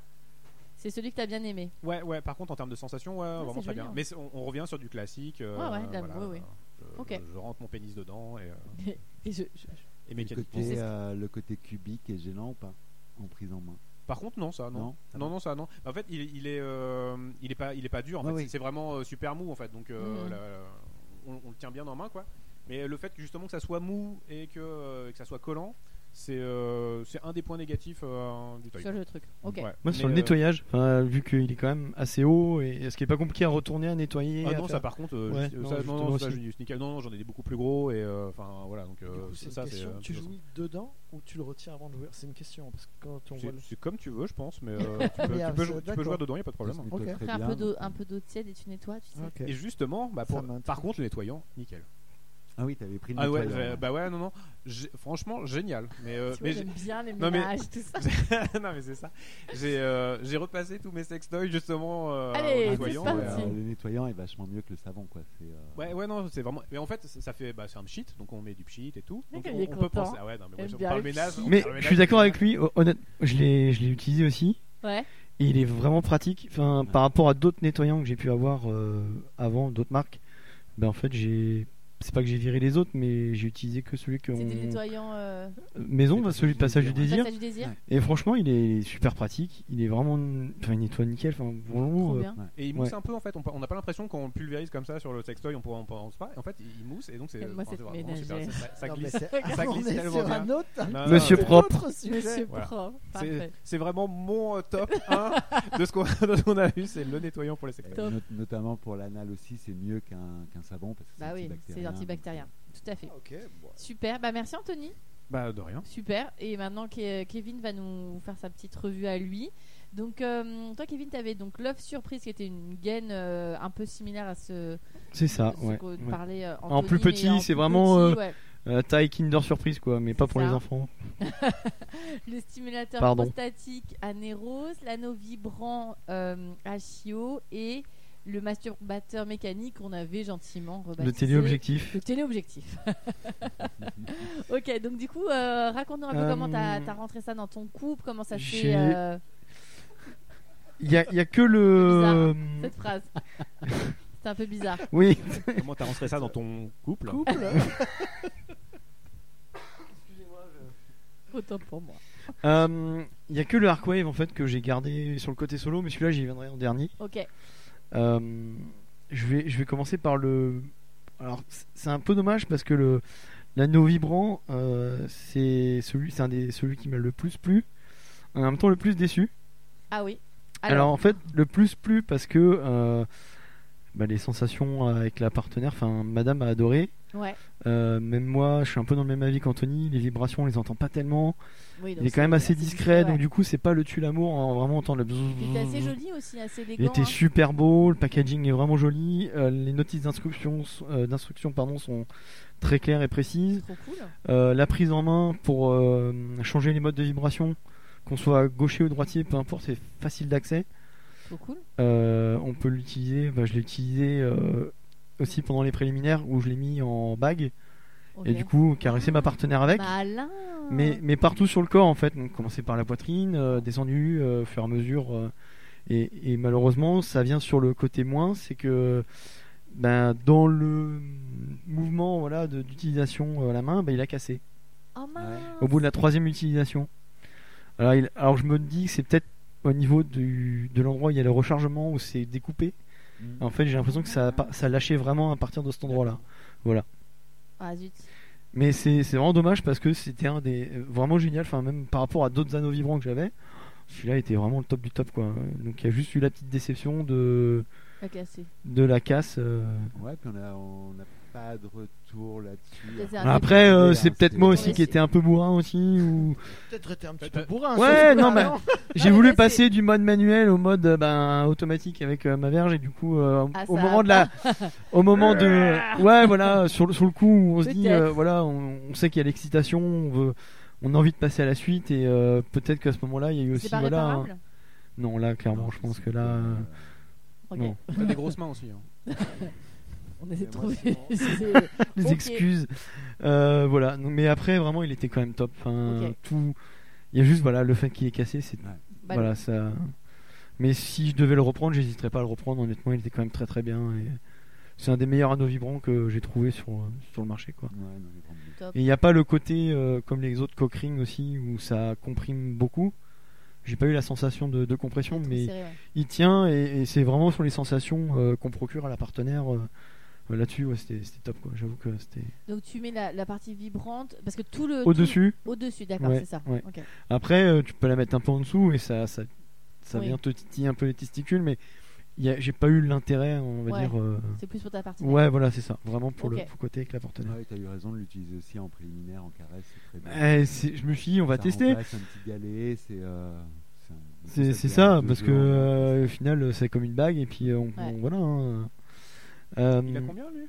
Speaker 1: c'est celui que t'as bien aimé.
Speaker 3: euh, Ouais, ouais, par contre, en termes de sensations, ouais,
Speaker 1: c'est
Speaker 3: vraiment très
Speaker 1: joli,
Speaker 3: bien.
Speaker 1: hein.
Speaker 3: Mais c'est- on, on revient sur du classique. euh,
Speaker 1: Ouais, ouais, d'accord,
Speaker 3: voilà,
Speaker 1: oui, oui.
Speaker 3: euh,
Speaker 1: Ok.
Speaker 3: Je, je rentre mon pénis dedans et, euh,
Speaker 1: Et je- je-
Speaker 3: et
Speaker 5: Le
Speaker 3: mécaniquement.
Speaker 5: côté, euh, le côté cubique est gênant ou pas En prise en main.
Speaker 3: Par contre, non, ça, non. Non,
Speaker 5: Non,
Speaker 3: non, ça, non. En fait, il, est- il est, euh, il est pas, il est pas dur. En
Speaker 5: Ouais,
Speaker 3: fait,
Speaker 5: oui.
Speaker 3: C'est- c'est vraiment euh, super mou, en fait. Donc, euh,
Speaker 1: Mhm.
Speaker 3: la- la- on, on le tient bien en main, quoi. Mais le fait que justement que ça soit mou et que, euh, que ça soit collant, c'est, euh, c'est un des points négatifs euh, du toy.
Speaker 1: sur le truc. Ok.
Speaker 3: Ouais.
Speaker 4: Moi, sur
Speaker 3: Mais,
Speaker 4: le
Speaker 3: euh,
Speaker 4: nettoyage, enfin, vu qu'il est quand même assez haut, et ce qui est pas compliqué à retourner, à nettoyer.
Speaker 3: Ah
Speaker 4: à
Speaker 3: non,
Speaker 4: faire-
Speaker 3: ça par contre, euh,
Speaker 4: Ouais,
Speaker 3: juste- euh,
Speaker 4: non,
Speaker 3: ça, non, non,
Speaker 4: justement
Speaker 3: ça,
Speaker 4: aussi.
Speaker 3: je dis sneaker. Non, non, j'en ai des beaucoup plus gros et euh, enfin voilà donc
Speaker 6: Du
Speaker 3: euh,
Speaker 6: coup,
Speaker 3: c'est
Speaker 6: c'est
Speaker 3: ça
Speaker 6: une
Speaker 3: c'est
Speaker 6: question.
Speaker 3: euh,
Speaker 6: Tu
Speaker 3: c'est-
Speaker 6: jouis dedans ou tu le retires avant de l'ouvrir C'est une question parce que quand on
Speaker 3: c'est,
Speaker 6: voit le-
Speaker 3: c'est comme tu veux je pense mais euh, tu, peux,
Speaker 6: Bien,
Speaker 3: tu peux
Speaker 6: je-
Speaker 3: jou- tu peux
Speaker 6: d'accord.
Speaker 3: jouer dedans y a pas de problème.
Speaker 5: Ça se nettoie
Speaker 6: Ok.
Speaker 5: très
Speaker 1: Après, un
Speaker 5: bien. euh,
Speaker 1: peu d'eau, un peu d'eau tiède et tu nettoies, tu sais.
Speaker 6: Ok.
Speaker 3: Et justement bah,
Speaker 6: Ça
Speaker 3: pour-
Speaker 6: m'intrigue.
Speaker 3: par contre le nettoyant nickel.
Speaker 5: Ah oui, t'avais pris le
Speaker 3: Ah ouais,
Speaker 5: nettoyant.
Speaker 3: j'ai- bah ouais, non, non. J'ai- Franchement, génial. Mais, euh,
Speaker 1: Tu vois,
Speaker 3: mais j'ai-
Speaker 1: j'aime bien les
Speaker 3: Non, mais-
Speaker 1: ménages, tout
Speaker 3: [laughs]
Speaker 1: ça.
Speaker 3: non, mais c'est ça. J'ai euh, j'ai repassé tous mes sextoys justement. euh,
Speaker 1: Allez,
Speaker 3: en
Speaker 1: c'est
Speaker 3: nettoyant,
Speaker 5: Ouais,
Speaker 1: parti.
Speaker 3: et, euh,
Speaker 5: euh, le nettoyant est vachement mieux que le savon, quoi. C'est, euh,
Speaker 3: Ouais, ouais, non, c'est vraiment. Mais en fait, ça ça fait. Bah, c'est un pchit, donc on met du pchit et tout.
Speaker 1: Le
Speaker 3: Donc
Speaker 1: mec,
Speaker 3: on,
Speaker 1: il est
Speaker 3: on peut
Speaker 1: content.
Speaker 3: penser. Ah ouais, non, mais ouais,
Speaker 1: Aime
Speaker 3: on
Speaker 1: bien
Speaker 3: parle
Speaker 1: le
Speaker 3: ménage.
Speaker 1: pchit.
Speaker 3: on
Speaker 4: Mais
Speaker 3: parle
Speaker 4: je
Speaker 3: ménage,
Speaker 4: suis d'accord
Speaker 3: on-
Speaker 4: avec lui, ho- honnête, je l'ai je l'ai utilisé aussi,
Speaker 1: Ouais.
Speaker 4: et il est vraiment pratique. Enfin, par rapport à d'autres nettoyants que j'ai pu avoir euh, avant, d'autres marques, ben en fait, j'ai. C'est pas que j'ai viré les autres, mais j'ai utilisé que celui que
Speaker 1: C'est
Speaker 4: on-
Speaker 1: des nettoyants. euh,
Speaker 4: maison, bah,
Speaker 5: Passage
Speaker 4: celui
Speaker 5: du
Speaker 4: de Passage du
Speaker 5: Désir.
Speaker 4: Désir.
Speaker 1: Passage du désir.
Speaker 4: Et franchement, il est super pratique. Il est vraiment. Enfin, il nettoie nickel. Enfin,
Speaker 1: Trop
Speaker 4: bon, euh,
Speaker 1: bien.
Speaker 3: [laughs] Et il mousse
Speaker 4: Ouais.
Speaker 3: un peu en fait. On pa- on n'a pas l'impression qu'on pulvérise comme ça sur le sextoy, on ne pense pas. Et en fait, il il mousse et donc c'est.
Speaker 1: Et moi,
Speaker 3: enfin,
Speaker 1: cette
Speaker 3: vraiment super,
Speaker 1: ménagère.
Speaker 3: Ça, ça
Speaker 6: Non, mais
Speaker 3: glisse.
Speaker 6: c'est-
Speaker 3: [laughs] ça
Speaker 6: [laughs] on
Speaker 3: glisse
Speaker 6: est
Speaker 3: tellement
Speaker 6: sur
Speaker 3: bien.
Speaker 6: un autre.
Speaker 3: Non, non,
Speaker 4: Monsieur
Speaker 3: non,
Speaker 6: c'est
Speaker 4: propre.
Speaker 6: autre sujet.
Speaker 1: Monsieur
Speaker 3: Voilà.
Speaker 1: Pro,
Speaker 3: C'est
Speaker 1: parfait.
Speaker 3: c'est vraiment mon euh, top
Speaker 1: [laughs]
Speaker 3: 1 de ce qu'on de ce qu'on a vu, c'est le nettoyant pour les
Speaker 5: et
Speaker 3: sextoys.
Speaker 1: Top.
Speaker 5: not- notamment pour l'anal aussi, c'est mieux qu'un qu'un savon parce que
Speaker 1: Bah oui, c'est
Speaker 5: antibactérien.
Speaker 1: antibactérien. Tout à fait.
Speaker 6: Ok, bon.
Speaker 1: Super. Bah merci Anthony.
Speaker 3: Bah, de rien.
Speaker 1: Super. Et maintenant, Ke- Kevin va nous faire sa petite revue à lui. Donc, euh, toi, Kevin, tu avais donc Love Surprise, qui était une gaine euh, un peu similaire à ce,
Speaker 4: c'est ça.
Speaker 1: ce
Speaker 4: Ah, Ouais.
Speaker 1: qu'on
Speaker 4: ouais.
Speaker 1: parlait. euh,
Speaker 4: En
Speaker 1: Anthony,
Speaker 4: plus
Speaker 1: mais
Speaker 4: petit,
Speaker 1: en
Speaker 4: c'est
Speaker 1: plus
Speaker 4: vraiment,
Speaker 1: petit,
Speaker 4: euh,
Speaker 1: ouais. [laughs]
Speaker 4: Euh, taille Kinder Surprise, quoi, mais pas pour
Speaker 1: ça.
Speaker 4: les enfants.
Speaker 1: Le stimulateur
Speaker 4: Pardon.
Speaker 1: prostatique anérose, l'anneau vibrant euh, HIO et le masturbateur mécanique qu'on avait gentiment rebaptisé.
Speaker 4: Le téléobjectif.
Speaker 1: Le téléobjectif. ok, donc du coup, euh, raconte-nous un peu
Speaker 4: Euh,
Speaker 1: comment t'as as rentré ça dans ton couple, comment ça se fait
Speaker 4: j'ai-
Speaker 1: euh,
Speaker 4: Il y, a- il y a que le. euh,
Speaker 1: cette [laughs] phrase. C'est un peu bizarre. [laughs]
Speaker 4: Oui.
Speaker 3: [laughs] Comment t'as rentré ça dans ton couple
Speaker 6: Couple.
Speaker 1: Autant pour moi.
Speaker 4: Euh, Il y a que le Arcwave en fait que j'ai gardé sur le côté solo, mais celui-là j'y viendrai en dernier.
Speaker 1: Ok.
Speaker 4: Euh, je vais je vais commencer par le. Alors c'est- c'est un peu dommage parce que le l'anneau vibrant euh, c'est celui c'est un des celui qui m'a le plus plu, en même temps le plus déçu.
Speaker 1: Ah oui.
Speaker 4: Alors, en fait, le plus plus parce que euh, bah, les sensations avec la partenaire, enfin madame a adoré.
Speaker 1: ouais.
Speaker 4: Euh, même moi, je suis un peu dans le même avis qu'Anthony, les vibrations, on les entend pas tellement.
Speaker 1: Oui, donc
Speaker 4: Il est quand
Speaker 1: c'est-
Speaker 4: même assez
Speaker 1: c'est
Speaker 4: discret, donc
Speaker 1: ouais.
Speaker 4: du coup, c'est pas le tue l'amour, on va vraiment entendre le bzzz.
Speaker 1: Il était assez joli aussi, assez
Speaker 4: Il
Speaker 1: élégant.
Speaker 4: était
Speaker 1: hein.
Speaker 4: super beau, le packaging est vraiment joli, euh, les notices d'instruction euh, d'instruction, pardon, sont très claires et précises.
Speaker 1: Trop cool.
Speaker 4: Euh, la prise en main pour euh, changer les modes de vibration, qu'on soit gaucher ou droitier, peu importe, c'est facile d'accès.
Speaker 1: Trop cool.
Speaker 4: Euh, on peut l'utiliser, bah, je l'ai utilisé euh, aussi pendant les préliminaires où je l'ai mis en bague
Speaker 1: Ok.
Speaker 4: et du coup caresser ma partenaire avec.
Speaker 1: Malin.
Speaker 4: Mais, mais partout sur le corps en fait, donc commencer par la poitrine, euh, descendu, euh, au fur et à mesure. euh, et, et malheureusement, ça vient sur le côté moins, c'est que ben, dans le mouvement voilà, de- d'utilisation euh, à la main, ben, il a cassé
Speaker 1: Oh mince
Speaker 4: au bout de la troisième utilisation. Alors, il- alors je me dis que c'est peut-être au niveau du- de l'endroit où il y a le rechargement où c'est découpé.
Speaker 5: Mm.
Speaker 4: En fait, j'ai l'impression que ça, a pas- ça a lâché vraiment à partir de cet endroit-là.
Speaker 1: Ah zut.
Speaker 4: Mais c'est c'est vraiment dommage parce que c'était un des euh, vraiment génial. Enfin, même par rapport à d'autres anneaux vibrants que j'avais, celui-là était vraiment le top du top quoi. Donc il y a juste eu la petite déception de
Speaker 1: Ah, cassé.
Speaker 4: de la casse. euh.
Speaker 5: Ouais, puis on a- on n'a pas de retour là-dessus.
Speaker 1: Ça, c'est un
Speaker 4: Après, euh, c'est
Speaker 5: C'était-
Speaker 4: peut-être moi aussi
Speaker 1: Ouais,
Speaker 4: qui
Speaker 1: hein, c'est-
Speaker 4: étais un peu bourrin aussi ou
Speaker 6: Peut-être été un petit
Speaker 3: Peut-être-
Speaker 6: peu bourrin. hein,
Speaker 4: Ouais,
Speaker 6: surtout,
Speaker 4: non,
Speaker 6: là,
Speaker 4: mais- [laughs] J'ai
Speaker 1: mais
Speaker 4: voulu
Speaker 1: là,
Speaker 4: passer du mode manuel au mode euh, ben, automatique avec euh, ma verge et du coup euh,
Speaker 1: Ah,
Speaker 4: au
Speaker 1: ça
Speaker 4: moment
Speaker 1: va
Speaker 4: de la [laughs] au moment de ouais voilà sur le sur le coup où on se dit
Speaker 1: Peut-être.
Speaker 4: euh, voilà on, on sait qu'il y a l'excitation on veut on a envie de passer à la suite et euh, peut-être qu'à ce moment-là il y a eu aussi
Speaker 1: C'est pas
Speaker 4: voilà hein. un-
Speaker 1: réparable
Speaker 4: non là clairement je pense que là euh,
Speaker 1: Ok.
Speaker 4: non.
Speaker 3: T'as des grosses mains aussi. hein.
Speaker 1: On essaie de
Speaker 5: Mais moi,
Speaker 1: trouver. [laughs]
Speaker 4: [laughs] les
Speaker 1: Ok.
Speaker 4: excuses Euh, voilà Non, mais après vraiment il était quand même top Enfin,
Speaker 1: Ok.
Speaker 4: tout il y a juste voilà le fait qu'il est cassé c'est
Speaker 1: Bah,
Speaker 4: voilà, ça. Mais si je devais le reprendre, j'hésiterais pas à le reprendre. Honnêtement, il était quand même très très bien. Et c'est un des meilleurs anneaux vibrants que j'ai trouvé sur, euh, sur le marché. Quoi.
Speaker 5: Ouais, non, les grandes boules.
Speaker 4: Et il n'y a pas le côté euh, comme les autres Cochrane aussi où ça comprime beaucoup. J'ai pas eu la sensation de, de compression,
Speaker 1: trop
Speaker 4: mais
Speaker 1: serré, ouais.
Speaker 4: il tient et, et c'est vraiment sur les sensations euh, qu'on procure à la partenaire. euh, euh, Là-dessus, ouais, c'était c'était top. quoi. J'avoue que c'était
Speaker 1: Donc tu mets la, la partie vibrante parce que tout le
Speaker 4: au-dessus.
Speaker 1: tout- au-dessus, d'accord,
Speaker 4: Ouais,
Speaker 1: c'est ça.
Speaker 4: ouais.
Speaker 1: Ok.
Speaker 4: Après, euh, tu peux la mettre un peu en dessous et ça, ça, ça
Speaker 1: Oui.
Speaker 4: vient te titiller un peu les testicules, mais il y a- j'ai pas eu l'intérêt, on va
Speaker 1: Ouais.
Speaker 4: dire. euh,
Speaker 1: C'est plus pour ta partie.
Speaker 4: Ouais, voilà, c'est ça. Vraiment pour
Speaker 1: Ok.
Speaker 4: le pour côté avec la partenaire.
Speaker 5: Ouais, t'as eu raison de l'utiliser aussi en préliminaire, en caresse, c'est très bien.
Speaker 4: Eh, c'est- je me suis dit, on va
Speaker 5: Ça
Speaker 4: tester.
Speaker 5: remplace un petit galet, c'est. euh, c'est un-
Speaker 4: C'est c'est
Speaker 5: fait
Speaker 4: ça,
Speaker 5: un peu
Speaker 4: parce que
Speaker 5: jeu en-
Speaker 3: hein.
Speaker 4: euh, au final, c'est comme une bague, et puis euh, on,
Speaker 1: Ouais.
Speaker 4: on- voilà. hein. Euh,
Speaker 3: Il a combien lui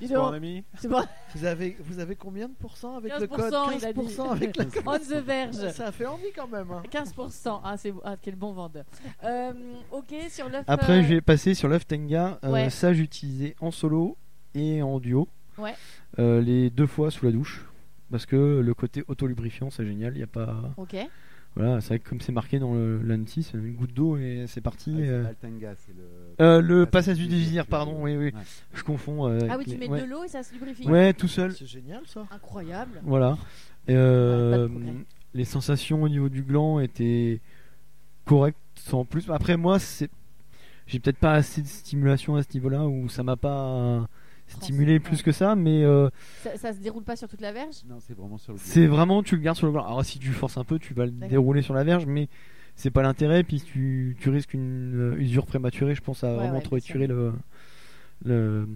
Speaker 1: Dis
Speaker 3: C'est pas un
Speaker 1: donc,
Speaker 3: ami
Speaker 1: c'est [laughs] bon.
Speaker 6: Vous avez, vous avez combien de pourcents avec le
Speaker 1: 15%,
Speaker 6: code
Speaker 1: il a dit.
Speaker 6: 15% avec
Speaker 1: [laughs]
Speaker 4: Euh,
Speaker 6: le
Speaker 1: On the verge.
Speaker 6: Ça fait envie quand même. hein.
Speaker 1: 15%. Ah, c'est ah, quel bon vendeur. Euh, ok, sur l'œuf.
Speaker 4: Après,
Speaker 1: euh,
Speaker 4: j'ai passé sur Love Tenga. Euh,
Speaker 1: Ouais.
Speaker 4: Ça, j'utilisais en solo et en duo.
Speaker 1: Ouais.
Speaker 4: Euh, les deux fois sous la douche. Parce que le côté auto-lubrifiant, c'est génial. Il n'y a pas.
Speaker 1: Ok.
Speaker 4: Voilà, c'est vrai que comme c'est marqué dans le l'annecy, c'est une goutte d'eau et c'est
Speaker 5: Ah,
Speaker 4: parti.
Speaker 5: c'est
Speaker 4: euh.
Speaker 5: pas le tanga, c'est le.
Speaker 4: Euh, le passage du désir,
Speaker 5: que-
Speaker 4: pardon, oui, oui.
Speaker 5: Ouais.
Speaker 4: Je confonds. euh,
Speaker 1: Ah oui,
Speaker 4: avec
Speaker 1: tu
Speaker 4: les-
Speaker 1: mets
Speaker 4: ouais.
Speaker 1: de l'eau et ça se lubrifie.
Speaker 4: Ouais, tout seul.
Speaker 6: C'est génial ça.
Speaker 1: Incroyable.
Speaker 4: Voilà.
Speaker 1: Ouais,
Speaker 4: Euh,
Speaker 1: Ah, pas de progrès.
Speaker 4: les sensations au niveau du gland étaient correctes sans plus. Après, moi, c'est. J'ai peut-être pas assez de stimulation à ce niveau-là où ça m'a pas stimulé
Speaker 1: Transcendant.
Speaker 4: plus que ça, mais euh,
Speaker 1: Ça, ça se déroule pas sur toute la verge
Speaker 5: Non, c'est vraiment sur le.
Speaker 4: c'est vraiment tu le gardes sur le gland. Alors si tu forces un peu, tu vas le
Speaker 1: D'accord.
Speaker 4: dérouler sur la verge, mais c'est pas l'intérêt. Puis tu, tu risques une euh, usure prématurée, je pense, à vraiment
Speaker 1: ouais,
Speaker 4: trop
Speaker 1: bien sûr.
Speaker 4: étirer le, le,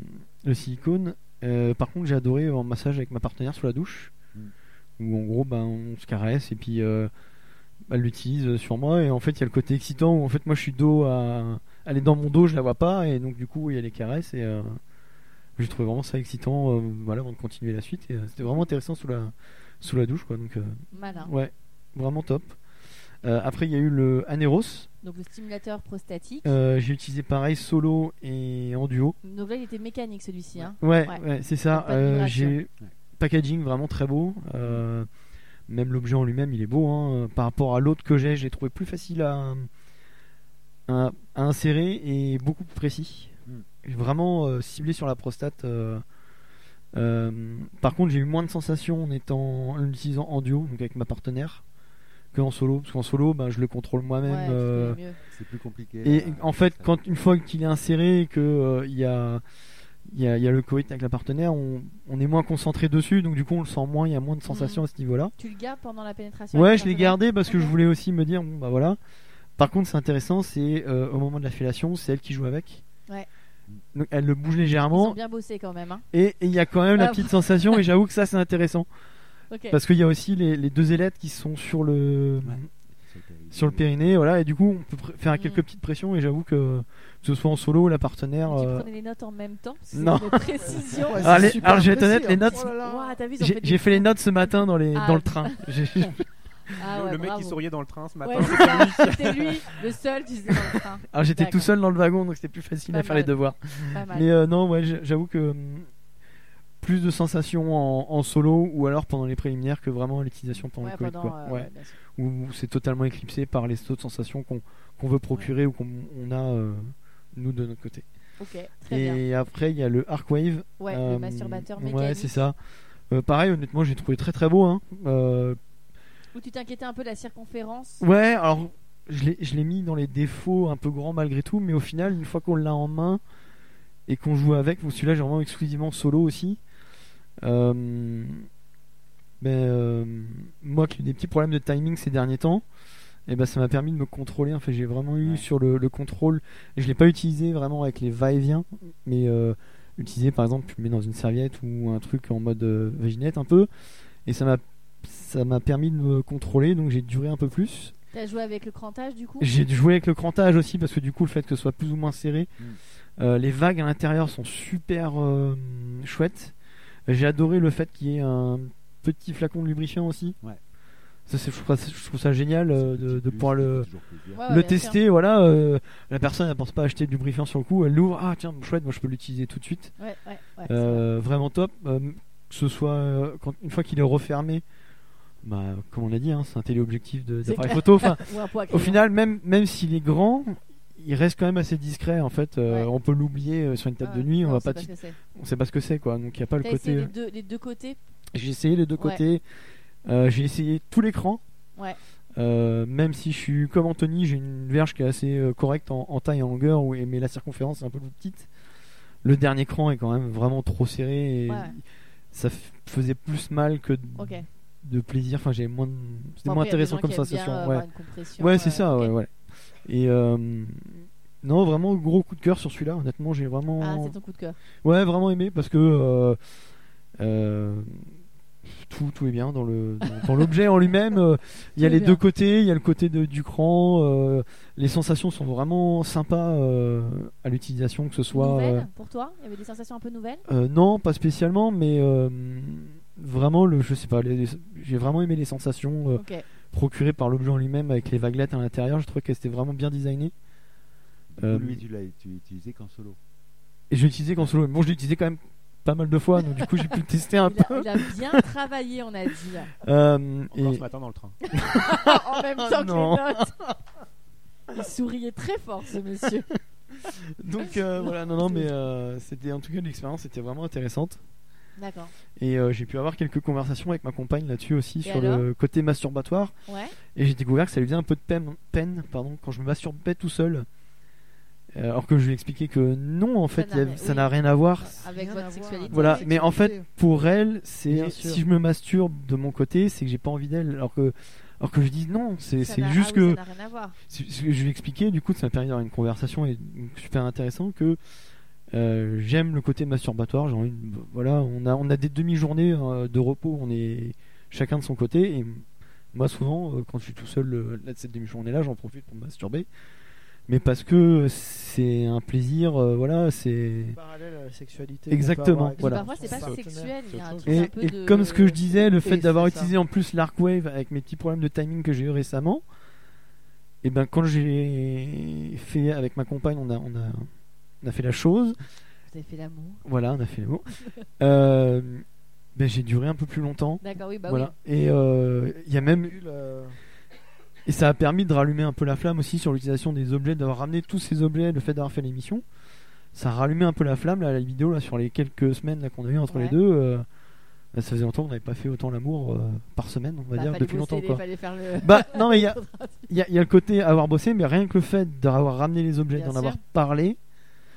Speaker 4: le silicone. Euh, par contre, j'ai adoré en massage avec ma partenaire sous la douche,
Speaker 1: Mm.
Speaker 4: où en gros, ben, on se caresse et puis euh, elle l'utilise sur moi. Et en fait, il y a le côté excitant où en fait, moi, je suis dos à, elle est dans mon dos, je la vois pas, et donc du coup, il y a les caresses et euh, j'ai trouvé vraiment ça excitant. euh, voilà, avant de continuer la suite, et euh, c'était vraiment intéressant sous la sous la douche, quoi. Donc euh,
Speaker 1: Malin.
Speaker 4: ouais, vraiment top. Euh, après, il y a eu le Aneros.
Speaker 1: Donc le stimulateur prostatique.
Speaker 4: Euh, j'ai utilisé pareil solo et en duo.
Speaker 1: Donc là, il était mécanique celui-ci. Hein.
Speaker 4: Ouais,
Speaker 1: Ouais.
Speaker 4: ouais, c'est ça.
Speaker 1: Pas de
Speaker 4: Euh,
Speaker 1: vibration.
Speaker 4: j'ai packaging vraiment très beau. Euh, même l'objet en lui-même, il est beau. hein. Par rapport à l'autre que j'ai, je l'ai trouvé plus facile à, à, à insérer et beaucoup plus précis.
Speaker 5: Mm.
Speaker 4: Vraiment euh, ciblé sur la prostate. euh, euh, par contre, j'ai eu moins de sensations en étant en l'utilisant en duo, donc avec ma partenaire, que en solo, parce qu'en solo, ben, je le contrôle moi-même.
Speaker 1: ouais,
Speaker 4: euh,
Speaker 1: tu connais mieux.
Speaker 5: C'est plus compliqué.
Speaker 4: et
Speaker 5: là,
Speaker 4: en fait,
Speaker 5: ça-
Speaker 4: quand une fois qu'il est inséré et que euh, il y a il y, a, il y a le coït avec la partenaire, on, on est moins concentré dessus, donc du coup on le sent moins, il y a moins de
Speaker 1: Mmh.
Speaker 4: sensations à ce niveau-là.
Speaker 1: Tu le gardes pendant la pénétration
Speaker 4: Ouais,
Speaker 1: avec
Speaker 4: je l'ai
Speaker 1: le
Speaker 4: gardé parce que
Speaker 1: Ok.
Speaker 4: je voulais aussi me dire, bon bah voilà. Par contre, c'est intéressant, c'est euh, au moment de la fellation, c'est elle qui joue avec.
Speaker 1: Ouais.
Speaker 4: Donc elle le bouge
Speaker 1: partenaire. Ils
Speaker 4: légèrement
Speaker 1: ont bien bossé quand même. Hein.
Speaker 4: et et il y a quand même
Speaker 1: Ah,
Speaker 4: la petite sensation, et j'avoue que ça c'est intéressant.
Speaker 1: Ok.
Speaker 4: Parce qu'il y a aussi les, les deux ailettes qui sont sur le,
Speaker 5: Ouais. Sur le périnée.
Speaker 4: sur le périnée, voilà, et du coup on peut pr- faire
Speaker 1: Mm.
Speaker 4: quelques petites pressions, et j'avoue que, que ce soit en solo ou la partenaire.
Speaker 1: Tu
Speaker 4: euh,
Speaker 1: prenais les notes en même temps parce que
Speaker 4: Non.
Speaker 1: c'est une précision.
Speaker 6: Ouais,
Speaker 4: Ah,
Speaker 6: c'est
Speaker 4: les-
Speaker 6: super
Speaker 4: alors, je vais être
Speaker 6: précis,
Speaker 4: honnête, les
Speaker 6: hein.
Speaker 4: notes-
Speaker 6: Oh là là.
Speaker 1: Ouah, t'as vu, ils ont
Speaker 4: J'ai
Speaker 1: fait des-
Speaker 4: j'ai fait les notes ce matin dans, les,
Speaker 1: Ah.
Speaker 4: dans le train. J'ai-
Speaker 1: [laughs] Ah
Speaker 3: Le-
Speaker 1: ouais,
Speaker 3: Le mec
Speaker 1: bravo.
Speaker 3: qui souriait dans le train ce matin.
Speaker 1: Ouais, c'est ça, c'était lui, le seul qui faisait dans le train.
Speaker 4: Alors j'étais tout
Speaker 1: D'accord.
Speaker 4: seul dans le wagon, donc c'était plus facile
Speaker 1: Pas
Speaker 4: à faire
Speaker 1: mal.
Speaker 4: les devoirs.
Speaker 1: Pas mal.
Speaker 4: Mais euh, non, ouais, j'- j'avoue que hum, plus de sensations en, en solo ou alors pendant les préliminaires que vraiment l'utilisation pendant
Speaker 1: ouais,
Speaker 4: le Covid,
Speaker 1: pendant,
Speaker 4: quoi.
Speaker 1: euh,
Speaker 4: Ouais.
Speaker 1: ouais, bien sûr.
Speaker 4: Où où c'est totalement éclipsé par les autres sensations qu'on qu'on veut procurer ou qu'on on a euh, nous de notre côté.
Speaker 1: Ok, très bien.
Speaker 4: Et après, il y a le Arcwave.
Speaker 1: Ouais,
Speaker 4: Euh,
Speaker 1: le masturbateur
Speaker 4: Ouais,
Speaker 1: mécanique.
Speaker 4: c'est ça. Euh, pareil, honnêtement, j'ai trouvé très très beau. Hein. Euh,
Speaker 1: où tu t'inquiétais un peu de la circonférence.
Speaker 4: ouais, alors je l'ai- je l'ai mis dans les défauts un peu grands malgré tout, mais au final, une fois qu'on l'a en main et qu'on joue avec, bon, celui-là, j'ai vraiment exclusivement solo aussi. Euh, ben, euh, moi qui ai eu des petits problèmes de timing ces derniers temps, et ben, ça m'a permis de me contrôler. En fait, j'ai vraiment eu
Speaker 5: Ouais.
Speaker 4: sur le, le contrôle. Je l'ai pas utilisé vraiment avec les va-et-vient, mais euh, utilisé par exemple, tu le mets dans une serviette ou un truc en mode euh, vaginette un peu, et ça m'a ça m'a permis de me contrôler, donc j'ai duré un peu plus.
Speaker 1: T'as joué avec le crantage du coup
Speaker 4: J'ai dû jouer avec le crantage aussi parce que du coup le fait que ce soit plus ou moins serré,
Speaker 5: Mm.
Speaker 4: euh, les vagues à l'intérieur sont super euh, chouettes. J'ai adoré le fait qu'il y ait un petit flacon de lubrifiant aussi.
Speaker 5: Ouais.
Speaker 4: Ça, c'est- je, trouve ça, je trouve ça génial euh,
Speaker 5: C'est un
Speaker 4: de,
Speaker 5: petit
Speaker 4: de
Speaker 5: plus,
Speaker 4: pouvoir le,
Speaker 5: ça fait toujours plaisir.
Speaker 1: Ouais, ouais,
Speaker 4: le
Speaker 1: bien sûr.
Speaker 4: tester. Voilà, euh, la personne elle pense pas acheter du lubrifiant sur le coup, elle l'ouvre, ah tiens chouette, moi je peux l'utiliser tout de suite.
Speaker 1: Ouais, ouais, ouais.
Speaker 4: Euh, vraiment top. Euh, que ce soit euh, quand, une fois qu'il est refermé, bah, comme on l'a dit, hein, c'est un téléobjectif de-
Speaker 1: C'est
Speaker 4: d'appareil
Speaker 1: clair.
Speaker 4: photo. Enfin,
Speaker 1: Ou un poids à
Speaker 4: au
Speaker 1: crayon.
Speaker 4: final, même, même s'il est grand, il reste quand même assez discret. En fait, Euh,
Speaker 1: Ouais.
Speaker 4: on peut l'oublier euh, sur une table
Speaker 1: Ouais,
Speaker 4: de nuit.
Speaker 1: Ah,
Speaker 4: On
Speaker 1: non,
Speaker 4: va
Speaker 1: c'est
Speaker 4: pas,
Speaker 1: parce
Speaker 4: tout-
Speaker 1: que c'est.
Speaker 4: on sait pas ce que c'est quoi. Donc il y a pas le
Speaker 1: T'as essayé
Speaker 4: côté. euh,
Speaker 1: les deux, les deux côtés
Speaker 4: J'ai essayé les deux
Speaker 1: Ouais.
Speaker 4: côtés. Euh, j'ai essayé tout l'écran.
Speaker 1: Ouais.
Speaker 4: Euh, même si je suis comme Anthony, j'ai une verge qui est assez euh, correcte en, en taille et en longueur, où- mais la circonférence est un peu plus petite. Le dernier cran est quand même vraiment trop serré et
Speaker 1: Ouais.
Speaker 4: ça f- faisait plus mal que d-
Speaker 1: Ok.
Speaker 4: de plaisir. Enfin, j'avais moins, de- c'était
Speaker 1: Bon,
Speaker 4: moins
Speaker 1: après, il y a des gens
Speaker 4: intéressant comme
Speaker 1: qui aiment
Speaker 4: sensation.
Speaker 1: bien, euh,
Speaker 4: ouais,
Speaker 1: avoir une compression,
Speaker 4: ouais, c'est
Speaker 1: euh,
Speaker 4: ça.
Speaker 1: ok.
Speaker 4: Ouais, ouais. Et euh, non, vraiment gros coup de cœur sur celui-là. Honnêtement, j'ai vraiment.
Speaker 1: Ah, c'est ton coup de cœur.
Speaker 4: Ouais, vraiment aimé parce que euh, euh, tout, tout est bien dans le dans, dans l'objet en
Speaker 1: [laughs]
Speaker 4: lui-même. euh, Il y a
Speaker 1: Tout est
Speaker 4: les
Speaker 1: bien.
Speaker 4: deux côtés, il y a le côté de, du cran. euh, les sensations sont vraiment sympas euh, à l'utilisation, que ce soit
Speaker 1: Nouvelle pour toi Il y avait des sensations un peu nouvelles
Speaker 4: euh, euh, non, pas spécialement, mais euh, vraiment le, je sais pas, les- les- j'ai vraiment aimé les sensations euh,
Speaker 1: Ok.
Speaker 4: procurées par l'objet en lui-même avec les vaguelettes à l'intérieur. Je trouvais qu'elles étaient vraiment bien designées.
Speaker 5: Du coup,
Speaker 4: Euh,
Speaker 5: lui, tu l'as tu l'as utilisé qu'en solo.
Speaker 4: Et je l'utilisais quand solo. Bon, je l'utilisais quand même pas mal de fois, donc du coup j'ai pu le tester
Speaker 1: [laughs]
Speaker 4: un
Speaker 1: Il
Speaker 4: peu.
Speaker 1: a, il a
Speaker 4: [laughs]
Speaker 1: bien travaillé, on a dit.
Speaker 4: Euh,
Speaker 3: Encore
Speaker 4: et-
Speaker 3: ce matin dans le train.
Speaker 1: [laughs] en même temps que
Speaker 4: Ah, oh Non.
Speaker 1: les
Speaker 4: [laughs]
Speaker 1: notes. Il souriait très fort, ce monsieur.
Speaker 4: Donc euh, voilà, non, non, mais euh, c'était en tout cas l'expérience était vraiment intéressante.
Speaker 1: D'accord.
Speaker 4: Et euh, j'ai pu avoir quelques conversations avec ma compagne là-dessus aussi, sur le
Speaker 1: alors
Speaker 4: côté masturbatoire.
Speaker 1: Ouais.
Speaker 4: Et j'ai découvert que ça lui faisait un peu de peine, peine pardon, quand je me masturbais tout seul. Euh, Alors que je lui ai expliqué que non, en fait,
Speaker 1: n'a
Speaker 4: il y avait-
Speaker 1: rien-
Speaker 4: ça
Speaker 1: oui.
Speaker 4: n'a rien à voir.
Speaker 1: Avec
Speaker 6: Rien à
Speaker 1: votre
Speaker 6: voir.
Speaker 1: sexualité.
Speaker 4: Voilà, mais en fait,
Speaker 6: Sexualité.
Speaker 4: pour elle, c'est
Speaker 6: Bien sûr.
Speaker 4: si je me masturbe de mon côté, c'est que j'ai pas envie d'elle. Alors que, alors que je dis non, c'est
Speaker 1: Ça
Speaker 4: c'est
Speaker 1: n'a-
Speaker 4: juste
Speaker 1: ah oui,
Speaker 4: que.
Speaker 1: Ça n'a rien à voir.
Speaker 4: C'est ce que je lui expliquais, du coup, ça m'a permis d'avoir une conversation et donc, super intéressant que euh, j'aime le côté masturbatoire. J'ai envie de- voilà, on a, on a des demi-journées euh, de repos, on est chacun de son côté. Et moi, souvent, euh, quand je suis tout seul euh, là, de cette demi-journée-là, j'en profite pour me masturber. Mais parce que c'est un plaisir, euh, voilà, c'est.
Speaker 6: Parallèle à la sexualité.
Speaker 4: Exactement,
Speaker 1: Puis
Speaker 4: voilà.
Speaker 1: Parfois, c'est
Speaker 3: C'est
Speaker 1: pas
Speaker 3: autre-
Speaker 1: sexuel. Il y a un
Speaker 3: c'est autre
Speaker 1: truc
Speaker 4: Et,
Speaker 1: un peu
Speaker 4: et
Speaker 1: de-
Speaker 4: comme ce que je disais, le fait
Speaker 6: Oui,
Speaker 4: d'avoir
Speaker 6: c'est ça.
Speaker 4: utilisé en plus l'Arcwave avec mes petits problèmes de timing que j'ai eu récemment, et ben quand j'ai fait avec ma compagne, on a, on a, on a fait la chose,
Speaker 1: Vous avez fait l'amour.
Speaker 4: voilà, on a
Speaker 1: [laughs]
Speaker 4: fait l'amour, euh, ben j'ai duré un peu plus longtemps.
Speaker 1: D'accord, oui, bah
Speaker 4: voilà. Et euh, il y a même
Speaker 6: euh.
Speaker 4: et ça a permis de rallumer un peu la flamme aussi sur l'utilisation des objets, d'avoir ramené tous ces objets, le fait d'avoir fait l'émission. Ça a rallumé un peu la flamme, là, la vidéo là, sur les quelques semaines là, qu'on a eu entre
Speaker 1: Ouais.
Speaker 4: les deux. euh, bah, ça faisait longtemps qu'on n'avait pas fait autant l'amour euh, par semaine, on va
Speaker 1: oui. Bah,
Speaker 4: dire,
Speaker 1: fallait
Speaker 4: depuis
Speaker 1: bosser,
Speaker 4: longtemps.
Speaker 1: il
Speaker 4: Quoi.
Speaker 1: fallait faire [laughs] le.
Speaker 4: Bah, non, mais il y a, il y a- il y a le côté avoir bossé, mais rien que le fait d'avoir ramené les objets,
Speaker 1: Bien
Speaker 4: d'en
Speaker 1: sûr.
Speaker 4: avoir parlé,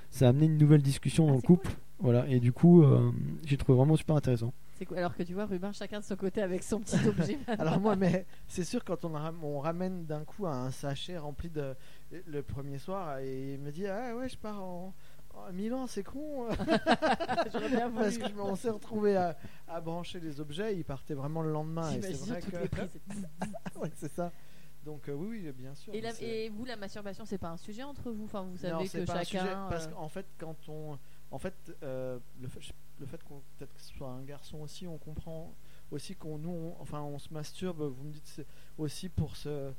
Speaker 4: ça a amené une nouvelle discussion
Speaker 1: Ah,
Speaker 4: dans le
Speaker 1: c'est
Speaker 4: couple. Voilà, et du coup, euh, j'ai trouvé vraiment super intéressant.
Speaker 1: C'est cool. Alors que tu vois, Rubin, chacun de son côté avec son petit [laughs] objet.
Speaker 6: Alors moi, mais c'est sûr quand on, ram- on ramène d'un coup un sachet rempli de le premier soir et il me dit ah ouais je pars en, en Milan, c'est con. euh.
Speaker 1: J'aurais bien voulu.
Speaker 6: Parce que je m'en s'est retrouvé à, à brancher les objets, il partait vraiment le lendemain. Et c'est
Speaker 1: J'imagine
Speaker 6: vrai
Speaker 1: toutes
Speaker 6: que
Speaker 1: les [laughs] prises.
Speaker 6: [laughs] Ouais, c'est ça. Donc euh, oui, oui, bien sûr.
Speaker 1: Et, la-
Speaker 6: c'est-
Speaker 1: et vous, la masturbation, c'est pas un sujet entre vous Enfin, vous savez
Speaker 6: Non, c'est
Speaker 1: que
Speaker 6: pas un sujet,
Speaker 1: chacun.
Speaker 6: parce
Speaker 1: euh,
Speaker 6: qu'en fait, quand on, en fait, euh, le fait, je- le fait qu'on peut-être que ce soit un garçon aussi, on comprend aussi qu'on nous, on- enfin, on se masturbe. Vous me dites c'est aussi pour se, euh,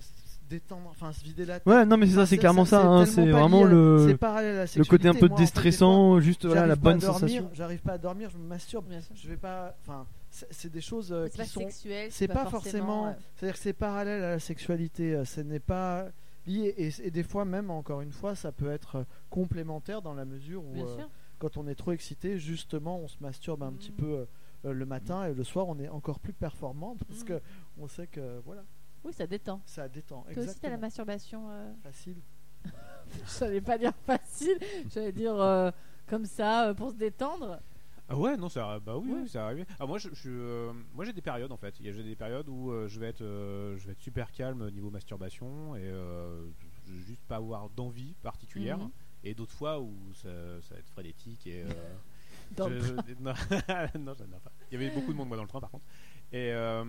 Speaker 6: se détendre, enfin, se vider la tête.
Speaker 4: Ouais, non, mais c'est ça,
Speaker 1: Ah,
Speaker 6: Enfin,
Speaker 4: c'est clairement ça.
Speaker 6: tellement
Speaker 4: hein,
Speaker 6: pas
Speaker 4: c'est
Speaker 6: lié à-
Speaker 4: vraiment
Speaker 1: hein.
Speaker 6: c'est
Speaker 4: le,
Speaker 6: parallèle à la
Speaker 4: le côté
Speaker 6: sexualité. Moi, en
Speaker 4: un peu
Speaker 6: fait, des fois,
Speaker 4: déstressant, juste voilà, la
Speaker 6: j'arrive pas à
Speaker 4: bonne
Speaker 6: dormir,
Speaker 4: sensation.
Speaker 6: J'arrive pas à dormir, je me masturbe.
Speaker 1: Bien sûr.
Speaker 6: Je vais pas, enfin, c'est c'est des choses euh,
Speaker 1: C'est
Speaker 6: qui
Speaker 1: pas
Speaker 6: sont
Speaker 1: sexuel.
Speaker 6: c'est pas forcément.
Speaker 1: euh,
Speaker 6: C'est-à-dire que c'est parallèle à la sexualité. euh, Ce n'est pas liées. Et, et des fois, même encore une fois, ça peut être euh, complémentaire dans la mesure où,
Speaker 1: Bien
Speaker 6: euh,
Speaker 1: sûr.
Speaker 6: quand on est trop excité, justement, on se masturbe un
Speaker 1: Mm.
Speaker 6: petit peu euh, le matin et le soir, on est encore plus performant parce
Speaker 1: Mm.
Speaker 6: que on sait que voilà,
Speaker 1: Oui, ça détend.
Speaker 6: ça détend.
Speaker 1: Toi aussi, t'as la
Speaker 6: Exactement.
Speaker 1: masturbation. [laughs] euh,
Speaker 6: Facile.
Speaker 1: J'allais pas dire facile, j'allais dire euh, comme ça, euh, pour se détendre.
Speaker 3: Ah ouais, non, ça, bah oui,
Speaker 1: Ouais.
Speaker 3: oui, ça arrive. Ah moi, je, je suis, euh, moi j'ai des périodes en fait. Il y a j'ai des périodes où euh, je vais être, euh, je vais être super calme au niveau masturbation et euh, je vais juste pas avoir d'envie particulière.
Speaker 1: Mhm.
Speaker 3: Et d'autres fois où ça, ça va être
Speaker 1: [laughs]
Speaker 3: frénétique et. euh,
Speaker 1: Dans
Speaker 3: Je-
Speaker 1: le-
Speaker 3: je- non, [laughs] non, j'en ai pas. Il y avait beaucoup de monde moi dans le train par contre. Et euh,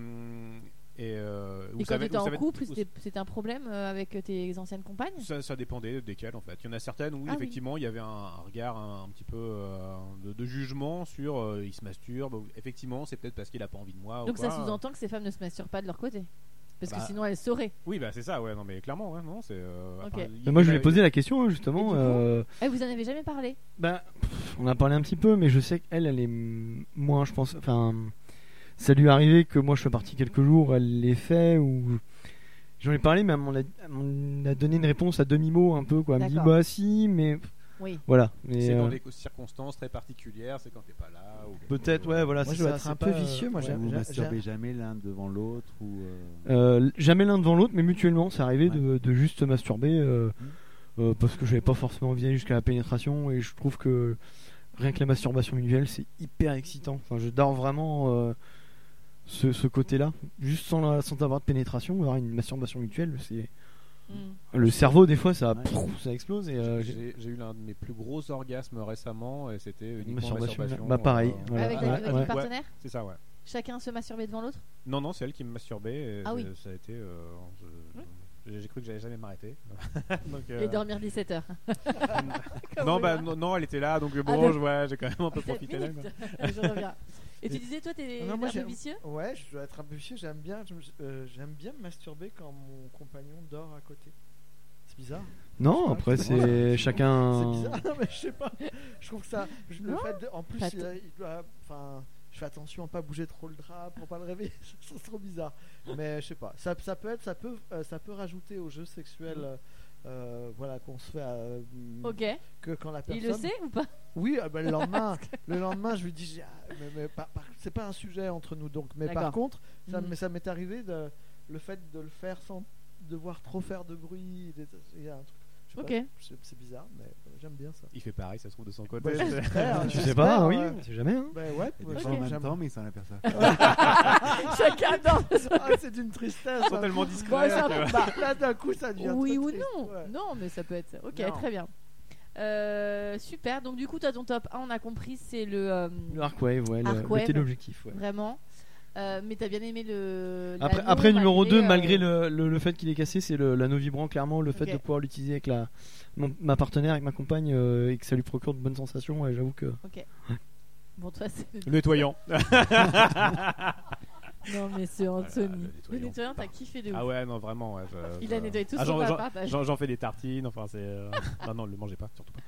Speaker 3: et, euh, où
Speaker 1: Et
Speaker 3: ça
Speaker 1: quand
Speaker 3: va-
Speaker 1: t'étais
Speaker 3: où ça
Speaker 1: en
Speaker 3: va être-
Speaker 1: couple,
Speaker 3: où
Speaker 1: c'était c'était un problème euh, avec tes anciennes compagnes
Speaker 3: ça, ça dépendait desquelles en fait. Il y en a certaines où
Speaker 1: Ah oui.
Speaker 3: effectivement il y avait un, un regard un, un petit peu euh, de, de jugement sur euh, il se masturbe. ou Effectivement, c'est peut-être parce qu'il a pas envie de moi. ou
Speaker 1: Donc ça
Speaker 3: quoi.
Speaker 1: sous-entend que ces femmes ne se masturbent pas de leur côté. Parce que
Speaker 3: Bah.
Speaker 1: sinon elles sauraient.
Speaker 3: Oui, bah c'est ça, ouais, non mais clairement, ouais, non, c'est. euh,
Speaker 1: Ok.
Speaker 3: enfin, il-
Speaker 4: Bah, moi, je
Speaker 3: il
Speaker 4: lui ai
Speaker 3: a-
Speaker 4: posé la question, hein,
Speaker 1: Et du
Speaker 4: justement.
Speaker 1: coup
Speaker 4: euh,
Speaker 1: Eh, vous en avez jamais parlé
Speaker 4: bah, pff, on a parlé un petit peu, mais je sais qu'elle, elle est mm, moins, je pense. Enfin, ça lui est arrivé que moi, je sois parti quelques jours, elle l'ait fait, ou. J'en ai parlé, mais elle m'en a, elle m'en a donné une réponse à demi-mot, un peu, quoi. Elle me dit,
Speaker 1: D'accord.
Speaker 4: bah si, mais.
Speaker 1: Oui.
Speaker 4: Voilà. Mais,
Speaker 3: C'est dans
Speaker 4: euh,
Speaker 3: des co- circonstances très particulières, c'est quand t'es pas là. Ou...
Speaker 4: Peut-être, ouais, voilà.
Speaker 6: Moi,
Speaker 4: c'est
Speaker 6: je dois
Speaker 4: ça,
Speaker 6: être
Speaker 4: c'est
Speaker 6: un
Speaker 4: pas,
Speaker 6: peu
Speaker 4: euh,
Speaker 6: vicieux, moi,
Speaker 4: ouais.
Speaker 6: j'ai-
Speaker 5: Vous
Speaker 6: j'ai-
Speaker 5: masturbez jamais l'un devant l'autre ou euh,
Speaker 4: Euh, jamais l'un devant l'autre, mais mutuellement. C'est arrivé de, de juste se masturber euh,
Speaker 6: Mhm.
Speaker 4: euh, parce que j'avais pas forcément envie d'aller jusqu'à la pénétration et je trouve que rien que la masturbation mutuelle, c'est hyper excitant. Enfin, je dors vraiment euh, ce, ce côté-là. Juste sans, la- sans avoir de pénétration, avoir une masturbation mutuelle, c'est
Speaker 1: Hmm.
Speaker 4: le cerveau des fois ça,
Speaker 5: Ouais.
Speaker 4: prouf, ça explose et euh, j'ai-
Speaker 3: J'ai j'ai eu l'un de mes plus gros orgasmes récemment et c'était
Speaker 4: une
Speaker 3: uniquement
Speaker 4: masturbation.
Speaker 3: masturbation.
Speaker 4: Bah pareil.
Speaker 3: euh,
Speaker 4: voilà.
Speaker 1: Avec,
Speaker 4: Ouais,
Speaker 1: la- avec
Speaker 4: ouais.
Speaker 1: le partenaire
Speaker 3: C'est ça, ouais.
Speaker 1: Chacun se masturbait devant l'autre
Speaker 3: Non, non, c'est elle qui me masturbait. Et
Speaker 1: Ah oui. Mmh.
Speaker 3: je- Ça a été. euh, je-
Speaker 1: Oui.
Speaker 3: J'ai j'ai cru que j'allais jamais m'arrêter. [laughs] Donc, euh,
Speaker 1: et dormir 17 heures.
Speaker 3: non, bah, non, non, elle était là, donc bon,
Speaker 1: donc-
Speaker 3: je- ouais, j'ai quand même un peu
Speaker 1: Sept
Speaker 3: profité d'elle. quoi.
Speaker 1: minutes. Euh, Je reviens. Et tu disais toi t'es
Speaker 6: Non,
Speaker 1: un
Speaker 6: moi,
Speaker 1: peu
Speaker 6: j'ai-
Speaker 1: vicieux
Speaker 6: Ouais, je dois être un peu vicieux. J'aime bien, je me- euh, j'aime bien me masturber quand mon compagnon dort à côté. C'est bizarre.
Speaker 4: Non, après c'est
Speaker 6: C'est
Speaker 4: chacun.
Speaker 6: bizarre, [laughs] mais je sais pas. Je trouve que ça. Je le
Speaker 1: Non.
Speaker 6: fait de- en plus,
Speaker 1: Pas
Speaker 6: il, a- il doit. Enfin, je fais attention à pas bouger trop le drap pour pas le réveiller. [laughs] c'est trop bizarre. Mais je sais pas. Ça, ça peut être, ça peut, euh, ça peut rajouter au jeu sexuel. euh, euh, voilà qu'on se fait euh,
Speaker 1: Mm. Ok.
Speaker 6: que quand la personne
Speaker 1: Il le sait ou pas
Speaker 6: oui ah
Speaker 1: [laughs]
Speaker 6: bah, le lendemain le lendemain je lui dis j'ai- ah, mais, mais par- par- c'est pas un sujet entre nous donc mais par
Speaker 1: D'accord.
Speaker 6: contre ça,
Speaker 1: Mhm.
Speaker 6: mais ça m'est arrivé de, le fait de le faire sans devoir trop faire de bruit. des- Il y a un truc. je sais
Speaker 1: Ok.
Speaker 6: pas, c'est- C'est bizarre, mais euh, j'aime bien ça.
Speaker 3: Il fait pareil, ça se trouve de son côté.
Speaker 6: Bah, j'espère,
Speaker 4: Tu sais
Speaker 6: j'espère,
Speaker 4: pas, oui,
Speaker 6: euh,
Speaker 4: on sait jamais. hein.
Speaker 6: bah ouais,
Speaker 5: et des
Speaker 6: ouais,
Speaker 5: fois en même
Speaker 6: j'aime-
Speaker 5: temps, mais ils s'en aperçoivent.
Speaker 1: [laughs] Chacun dort.
Speaker 6: [laughs] Ah, c'est d'une tristesse.
Speaker 3: Ils sont
Speaker 1: [laughs]
Speaker 6: hein.
Speaker 3: tellement
Speaker 1: Bon,
Speaker 3: discrets.
Speaker 1: ça
Speaker 3: que-
Speaker 1: va.
Speaker 6: Bah, [laughs] là d'un coup ça devient
Speaker 1: Oui
Speaker 6: trop
Speaker 1: ou
Speaker 6: triste,
Speaker 1: non
Speaker 6: ouais.
Speaker 1: Non, mais ça peut être ça. Ok,
Speaker 6: Non.
Speaker 1: très bien. Euh, super. Donc du coup, toi, ton top 1, on a compris, c'est le euh,
Speaker 4: Le Arcwave, ouais, le-
Speaker 1: Arcwave.
Speaker 4: le téléobjectif. ouais.
Speaker 1: vraiment. Euh, mais t'as bien aimé le.
Speaker 4: Après,
Speaker 1: l'anneau,
Speaker 4: après numéro 2,
Speaker 1: euh,
Speaker 4: malgré le, le, le fait qu'il est cassé, c'est le- l'anneau vibrant, clairement, le fait
Speaker 1: Ok.
Speaker 4: de pouvoir l'utiliser avec la, mon- ma partenaire, avec ma compagne, euh, et que ça lui procure de bonnes sensations, ouais, j'avoue que...
Speaker 1: Bon, toi, c'est. [laughs]
Speaker 3: Le nettoyant.
Speaker 1: Non, mais c'est
Speaker 3: Ah,
Speaker 1: Anthony.
Speaker 3: le
Speaker 1: le
Speaker 3: nettoyant.
Speaker 1: nettoyant, t'as kiffé de ouf.
Speaker 3: Ah ouais, non, vraiment. ouais, je-
Speaker 1: Il a
Speaker 3: je-
Speaker 1: nettoyé tout
Speaker 3: Ah,
Speaker 1: son
Speaker 3: j'en- j'en-
Speaker 1: appart.
Speaker 3: J'en j'en fais des tartines, enfin c'est. euh, non, non, le mangez pas, surtout pas.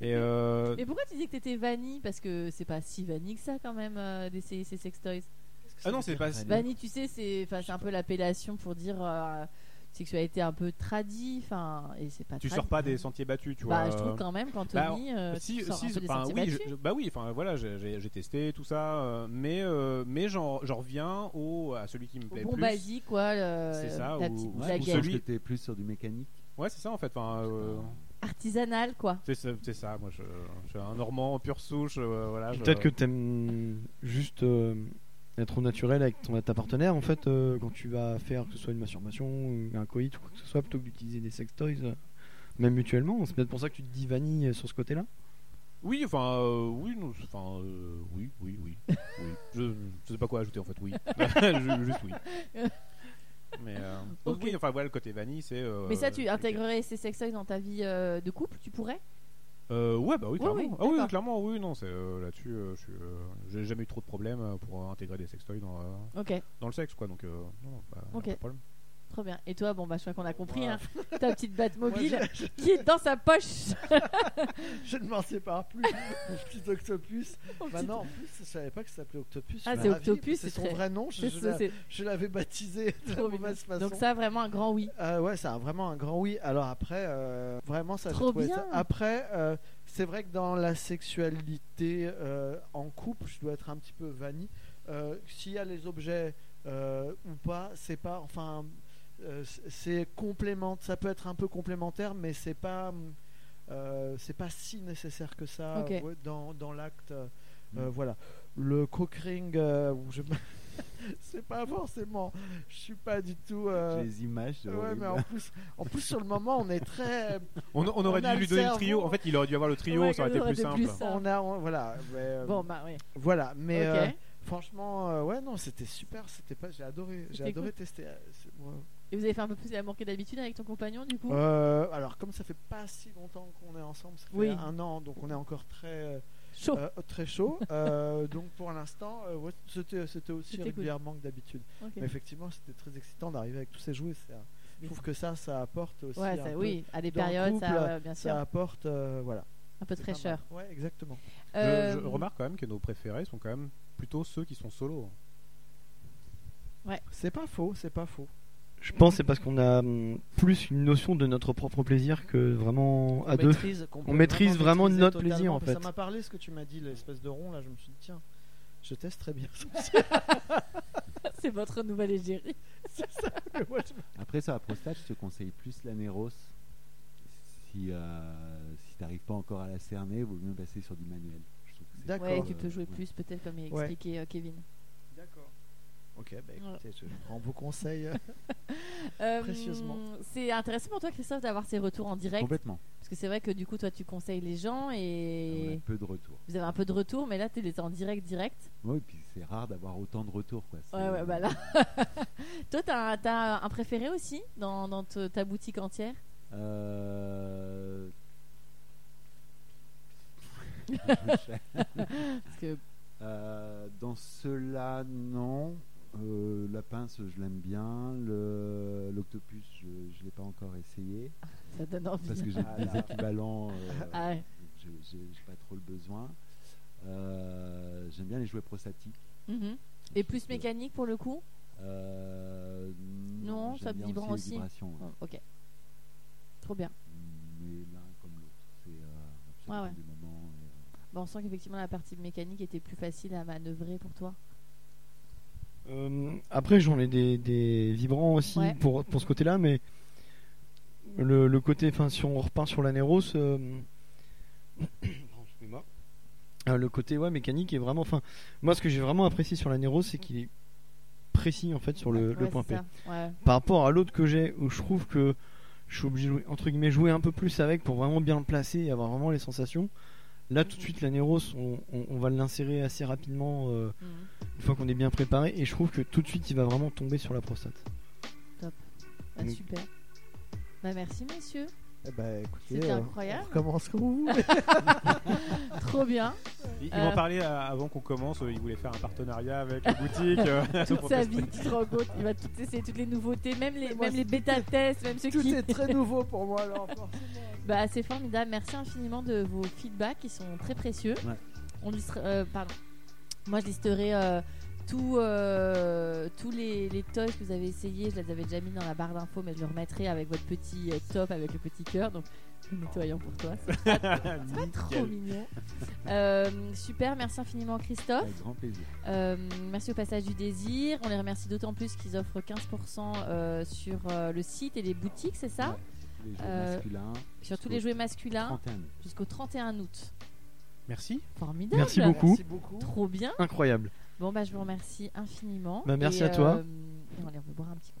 Speaker 3: Et euh,
Speaker 1: Et pourquoi tu disais que t'étais vanille Parce que c'est pas si vanille que ça quand même euh, d'essayer ces sextoys.
Speaker 3: Ah non, c'est pas.
Speaker 1: Vanille, tu sais, c'est enfin, c'est un peu l'appellation pour dire euh, sexualité un peu tradie. Enfin, et c'est pas
Speaker 3: Tu
Speaker 1: tradi.
Speaker 3: sors pas des sentiers battus, tu vois. euh, Bah,
Speaker 1: Bah, je trouve quand même qu'Anthony, euh,
Speaker 3: si,
Speaker 1: tu sors un
Speaker 3: si,
Speaker 1: peu des
Speaker 3: enfin,
Speaker 1: sentiers
Speaker 3: oui,
Speaker 1: battus.
Speaker 3: je- bah oui, enfin voilà, j'ai- j'ai j'ai testé tout ça, euh, mais euh, mais j'en j'en reviens au à celui qui me
Speaker 1: Au
Speaker 3: plaît
Speaker 1: bon
Speaker 3: plus.
Speaker 1: basique, quoi. le-
Speaker 3: C'est ça,
Speaker 1: la
Speaker 3: ou-
Speaker 1: petite
Speaker 3: ou
Speaker 5: Ouais,
Speaker 1: baguette
Speaker 5: je pense
Speaker 3: celui-
Speaker 5: que t'es plus sur du mécanique.
Speaker 3: Ouais, c'est ça en fait. Enfin, euh,
Speaker 1: artisanale, quoi.
Speaker 3: c'est ça, c'est ça. Moi, je, je suis un Normand pure souche, euh, voilà. je-
Speaker 4: Peut-être que t'aimes juste euh, être au naturel avec ton, ta partenaire, en fait, euh, quand tu vas faire que ce soit une masturbation, ou un coït, ou quoi que ce soit, plutôt que d'utiliser des sextoys, euh, même mutuellement. C'est peut-être pour ça que tu te dis vanille euh, sur ce côté-là.
Speaker 3: Oui, enfin, euh, oui, non, c'est- enfin, euh, oui, oui, oui, oui. Je, je sais pas quoi ajouter en fait. Oui, [laughs] Ju- juste oui. Mais euh, donc
Speaker 1: Ok.
Speaker 3: oui, enfin voilà, le côté vanille, c'est. euh,
Speaker 1: Mais ça, tu
Speaker 3: c'est-
Speaker 1: intégrerais ces sextoys dans ta vie euh, de couple, tu pourrais
Speaker 3: Euh, ouais, bah oui,
Speaker 1: Oui,
Speaker 3: clairement.
Speaker 1: oui,
Speaker 3: ah oui,
Speaker 1: d'accord.
Speaker 3: clairement, oui, non, c'est euh, là-dessus, euh, je suis, euh, j'ai jamais eu trop de problèmes euh, pour euh, intégrer des sextoys dans, euh,
Speaker 1: Ok.
Speaker 3: dans le sexe, quoi. Donc, euh, non, bah, y a
Speaker 1: Ok.
Speaker 3: pas de problème.
Speaker 1: Trop bien. Et toi, bon, bah, je crois qu'on a compris,
Speaker 2: Voilà.
Speaker 1: hein, ta petite
Speaker 3: [laughs]
Speaker 1: batte mobile
Speaker 6: Moi,
Speaker 1: qui est dans sa
Speaker 6: [laughs]
Speaker 1: poche.
Speaker 6: Je ne m'en sépare plus, [laughs] mon petit octopus.
Speaker 1: Mon [laughs] petit-
Speaker 6: Maintenant, Bah en plus, je savais pas que ça s'appelait octopus.
Speaker 1: Ah,
Speaker 6: je suis
Speaker 1: c'est
Speaker 6: ravi,
Speaker 1: Octopus,
Speaker 6: C'est
Speaker 1: c'est
Speaker 6: son
Speaker 1: très-
Speaker 6: vrai nom.
Speaker 1: [laughs]
Speaker 6: Je,
Speaker 1: c'est
Speaker 6: je
Speaker 1: ça,
Speaker 6: l'a-
Speaker 1: c'est
Speaker 6: je
Speaker 1: [laughs]
Speaker 6: l'avais baptisé de
Speaker 1: trop mignon.
Speaker 6: mauvaise façon.
Speaker 1: Donc ça, vraiment un grand oui.
Speaker 6: Euh, ouais, c'est un- vraiment un grand oui. Alors après, euh, vraiment, ça, j'ai
Speaker 1: Trop
Speaker 6: trouvé
Speaker 1: bien.
Speaker 6: ça- Après, euh, c'est vrai que dans la sexualité euh, en couple, je dois être un petit peu vanille. Euh, S'il y a les objets euh, ou pas, c'est pas. Enfin, euh, c'est- c'est complément. Ça peut être un peu complémentaire, mais c'est pas. hum, euh, c'est pas si nécessaire que ça
Speaker 1: Ok.
Speaker 6: ouais, dans, dans l'acte. euh,
Speaker 5: Mm.
Speaker 6: euh, voilà. Le cockring, euh, où je... [laughs] c'est pas forcément. Je suis pas du tout. euh,
Speaker 5: Les images. c'est
Speaker 6: Ouais,
Speaker 5: horrible.
Speaker 6: mais en plus, en plus sur le moment, on est
Speaker 1: [laughs]
Speaker 6: très,
Speaker 3: On, on aurait
Speaker 6: On a
Speaker 3: dû lui
Speaker 6: le
Speaker 3: donner le
Speaker 6: cerveau.
Speaker 3: trio. En fait, il aurait dû avoir le trio,
Speaker 1: Ouais,
Speaker 3: ça aurait été
Speaker 1: aurait
Speaker 3: plus
Speaker 1: été
Speaker 3: simple.
Speaker 1: plus Ça.
Speaker 6: on a, on- voilà, mais, euh,
Speaker 1: Bon, bah oui.
Speaker 6: voilà, mais
Speaker 1: Ok.
Speaker 6: euh, franchement, euh, ouais, non, c'était super, c'était pas, j'ai adoré, j'ai
Speaker 1: C'était
Speaker 6: adoré tester. euh, c'est- ouais.
Speaker 1: Et vous avez fait un peu plus d'amour que d'habitude avec ton compagnon, du coup
Speaker 6: Euh, alors comme ça fait pas si longtemps qu'on est ensemble, ça fait
Speaker 1: Oui. Oh.
Speaker 6: un an, donc on est encore très,
Speaker 1: Chaud.
Speaker 6: euh, très chaud. Euh, [laughs] donc pour l'instant, euh, ouais, c'était, c'était aussi
Speaker 1: C'était cool.
Speaker 6: régulièrement que d'habitude.
Speaker 1: Ok.
Speaker 6: Euh, Mais effectivement, c'était très excitant d'arriver avec tous ces jouets. c'est un- Je trouve que ça, ça apporte aussi.
Speaker 1: Ouais,
Speaker 6: un
Speaker 1: ça-
Speaker 6: peu-
Speaker 1: oui, à des
Speaker 6: dans le
Speaker 1: périodes, ça,
Speaker 6: couple,
Speaker 1: ouais, bien sûr,
Speaker 6: Ça apporte, euh, voilà.
Speaker 1: un peu de
Speaker 6: C'est pas mal.
Speaker 1: fraîcheur.
Speaker 6: Ouais, exactement.
Speaker 3: Je-
Speaker 1: Euh,
Speaker 3: Je, remarque quand même que nos préférés sont quand même plutôt ceux qui sont solos.
Speaker 6: C'est pas faux, c'est pas faux.
Speaker 4: Je pense que c'est parce qu'on a hum, plus une notion de notre propre plaisir que vraiment
Speaker 6: Bah,
Speaker 4: à deux.
Speaker 6: maîtrise, qu'on peut
Speaker 4: On maîtrise vraiment
Speaker 6: maîtriser
Speaker 4: notre plaisir,
Speaker 6: totalement.
Speaker 4: en
Speaker 6: Ça
Speaker 4: fait.
Speaker 6: m'a parlé ce que tu m'as dit, l'espèce de rond là, je me suis dit tiens, je teste très bien.
Speaker 1: [laughs] c'est votre nouvelle égérie.
Speaker 5: Après, sur la prostate, je te conseille plus l'anéros. Si, euh, si t'arrives pas encore à la cerner, vaut mieux passer sur du manuel. Je trouve que c'est-
Speaker 6: D'accord.
Speaker 1: Ouais,
Speaker 6: Ouais,
Speaker 1: tu peux jouer
Speaker 5: ouais.
Speaker 1: plus, peut-être, comme il
Speaker 6: Ouais.
Speaker 1: expliquait euh, Kevin.
Speaker 6: D'accord. [laughs] Ok, bah
Speaker 1: Voilà.
Speaker 6: écoutez, je prends vos [laughs] conseils.
Speaker 1: Euh,
Speaker 6: Précieusement.
Speaker 1: C'est intéressant pour toi, Christophe, d'avoir ces retours en direct.
Speaker 5: Complètement.
Speaker 1: Parce que c'est vrai que du coup, toi, tu conseilles les gens
Speaker 5: On a
Speaker 1: et
Speaker 5: peu de retours.
Speaker 1: vous avez un peu de retour, mais là, tu es en direct, direct.
Speaker 5: Oui, puis c'est rare d'avoir autant de retours. Quoi. C'est-
Speaker 1: Ouais, ouais, bah là. [laughs] toi, tu as, un préféré aussi dans, dans te- ta boutique entière
Speaker 5: Euh,
Speaker 1: Parce que
Speaker 5: [laughs] euh, dans ceux-là, non. Euh, la pince, je l'aime bien. Le- L'octopus, je ne l'ai pas encore essayé.
Speaker 1: ça donne envie.
Speaker 5: Parce que j'ai
Speaker 6: Ah
Speaker 5: des
Speaker 6: là.
Speaker 5: équivalents. euh,
Speaker 1: Ah ouais.
Speaker 5: donc j'ai- j'ai j'ai pas trop le besoin. Euh, J'aime bien les jouets prostatiques.
Speaker 1: Mhm. Et plus
Speaker 5: Euh,
Speaker 1: mécanique pour le coup
Speaker 5: Euh,
Speaker 1: Non,
Speaker 5: j'aime
Speaker 1: ça
Speaker 5: bien
Speaker 1: vibre
Speaker 5: les
Speaker 1: aussi.
Speaker 5: vibrations, ouais.
Speaker 1: Bon, Ok. Trop bien.
Speaker 5: Mais l'un comme l'autre. C'est euh, ça
Speaker 1: Ouais,
Speaker 5: dépend
Speaker 1: ouais.
Speaker 5: du moment. et, euh,
Speaker 1: Bon, on sent qu'effectivement, la partie mécanique était plus facile à manœuvrer pour toi.
Speaker 4: Euh, après, j'en ai des, des vibrants aussi
Speaker 1: Ouais.
Speaker 4: pour, pour ce côté-là, mais le, le côté, enfin, si on repart sur l'anéros, euh, [coughs] pardon, excusez-moi. Euh, le côté ouais, mécanique est vraiment. Enfin, moi, ce que j'ai vraiment apprécié sur l'anéros, c'est qu'il est précis en fait sur le, le
Speaker 1: Ouais,
Speaker 4: point
Speaker 1: c'est
Speaker 4: P.
Speaker 1: ça. Ouais.
Speaker 4: Par rapport à l'autre que j'ai, où je trouve que je suis obligé de jouer, entre guillemets, jouer un peu plus avec pour vraiment bien le placer et avoir vraiment les sensations. Là, tout de suite, l'anéros, on, on, on va l'insérer assez rapidement. euh,
Speaker 1: Mhm.
Speaker 4: une fois qu'on est bien préparé et je trouve que tout de suite il va vraiment tomber sur la prostate.
Speaker 1: Bah,
Speaker 4: Mm.
Speaker 1: Super. Bah, merci, messieurs.
Speaker 6: Eh ben, écoutez,
Speaker 1: C'était
Speaker 6: euh,
Speaker 1: incroyable.
Speaker 6: On recommence comme vous. [laughs]
Speaker 1: Trop
Speaker 4: [laughs]
Speaker 1: bien.
Speaker 3: Ils, ils
Speaker 1: Euh.
Speaker 3: m'en parlaient à- avant qu'on commence. euh, Ils voulaient faire un partenariat avec la boutique. euh,
Speaker 1: Toute
Speaker 3: pour
Speaker 1: sa
Speaker 3: tester.
Speaker 1: vie, tu te rends compte. Il va tout essayer, toutes les nouveautés, même les,
Speaker 6: Moi,
Speaker 1: même les bêta-tests, même ceux
Speaker 6: Tout
Speaker 1: qui.
Speaker 6: est très nouveau pour moi là [laughs] encore.
Speaker 1: Bah, c'est formidable. Merci infiniment de vos feedbacks qui sont très précieux.
Speaker 5: Ouais.
Speaker 1: On liste, euh, pardon. Moi, je listerai euh, tout, euh, tous les, les toys que vous avez essayés. Je les avais déjà mis dans la barre d'infos, mais je le remettrai avec votre petit euh, top, avec le petit cœur. Donc, le nettoyant pour toi. C'est trop
Speaker 3: Nickel.
Speaker 1: mignon. Euh, super. Merci infiniment, Christophe.
Speaker 5: Avec grand plaisir.
Speaker 1: Euh, merci au passage du désir. On les remercie d'autant plus qu'ils offrent 15% euh, sur euh, le site et les boutiques, c'est ça
Speaker 5: Les jouets
Speaker 1: Euh,
Speaker 5: masculins,
Speaker 1: Sur tous les jouets masculins
Speaker 5: 31.
Speaker 1: jusqu'au 31 août.
Speaker 3: Merci.
Speaker 1: Formidable.
Speaker 4: Merci beaucoup.
Speaker 6: Merci beaucoup.
Speaker 1: Trop bien.
Speaker 4: Incroyable.
Speaker 1: Bon bah je vous remercie infiniment.
Speaker 4: Bah, merci
Speaker 1: Et,
Speaker 4: à toi.
Speaker 1: euh, et on va aller- on va boire un petit coup.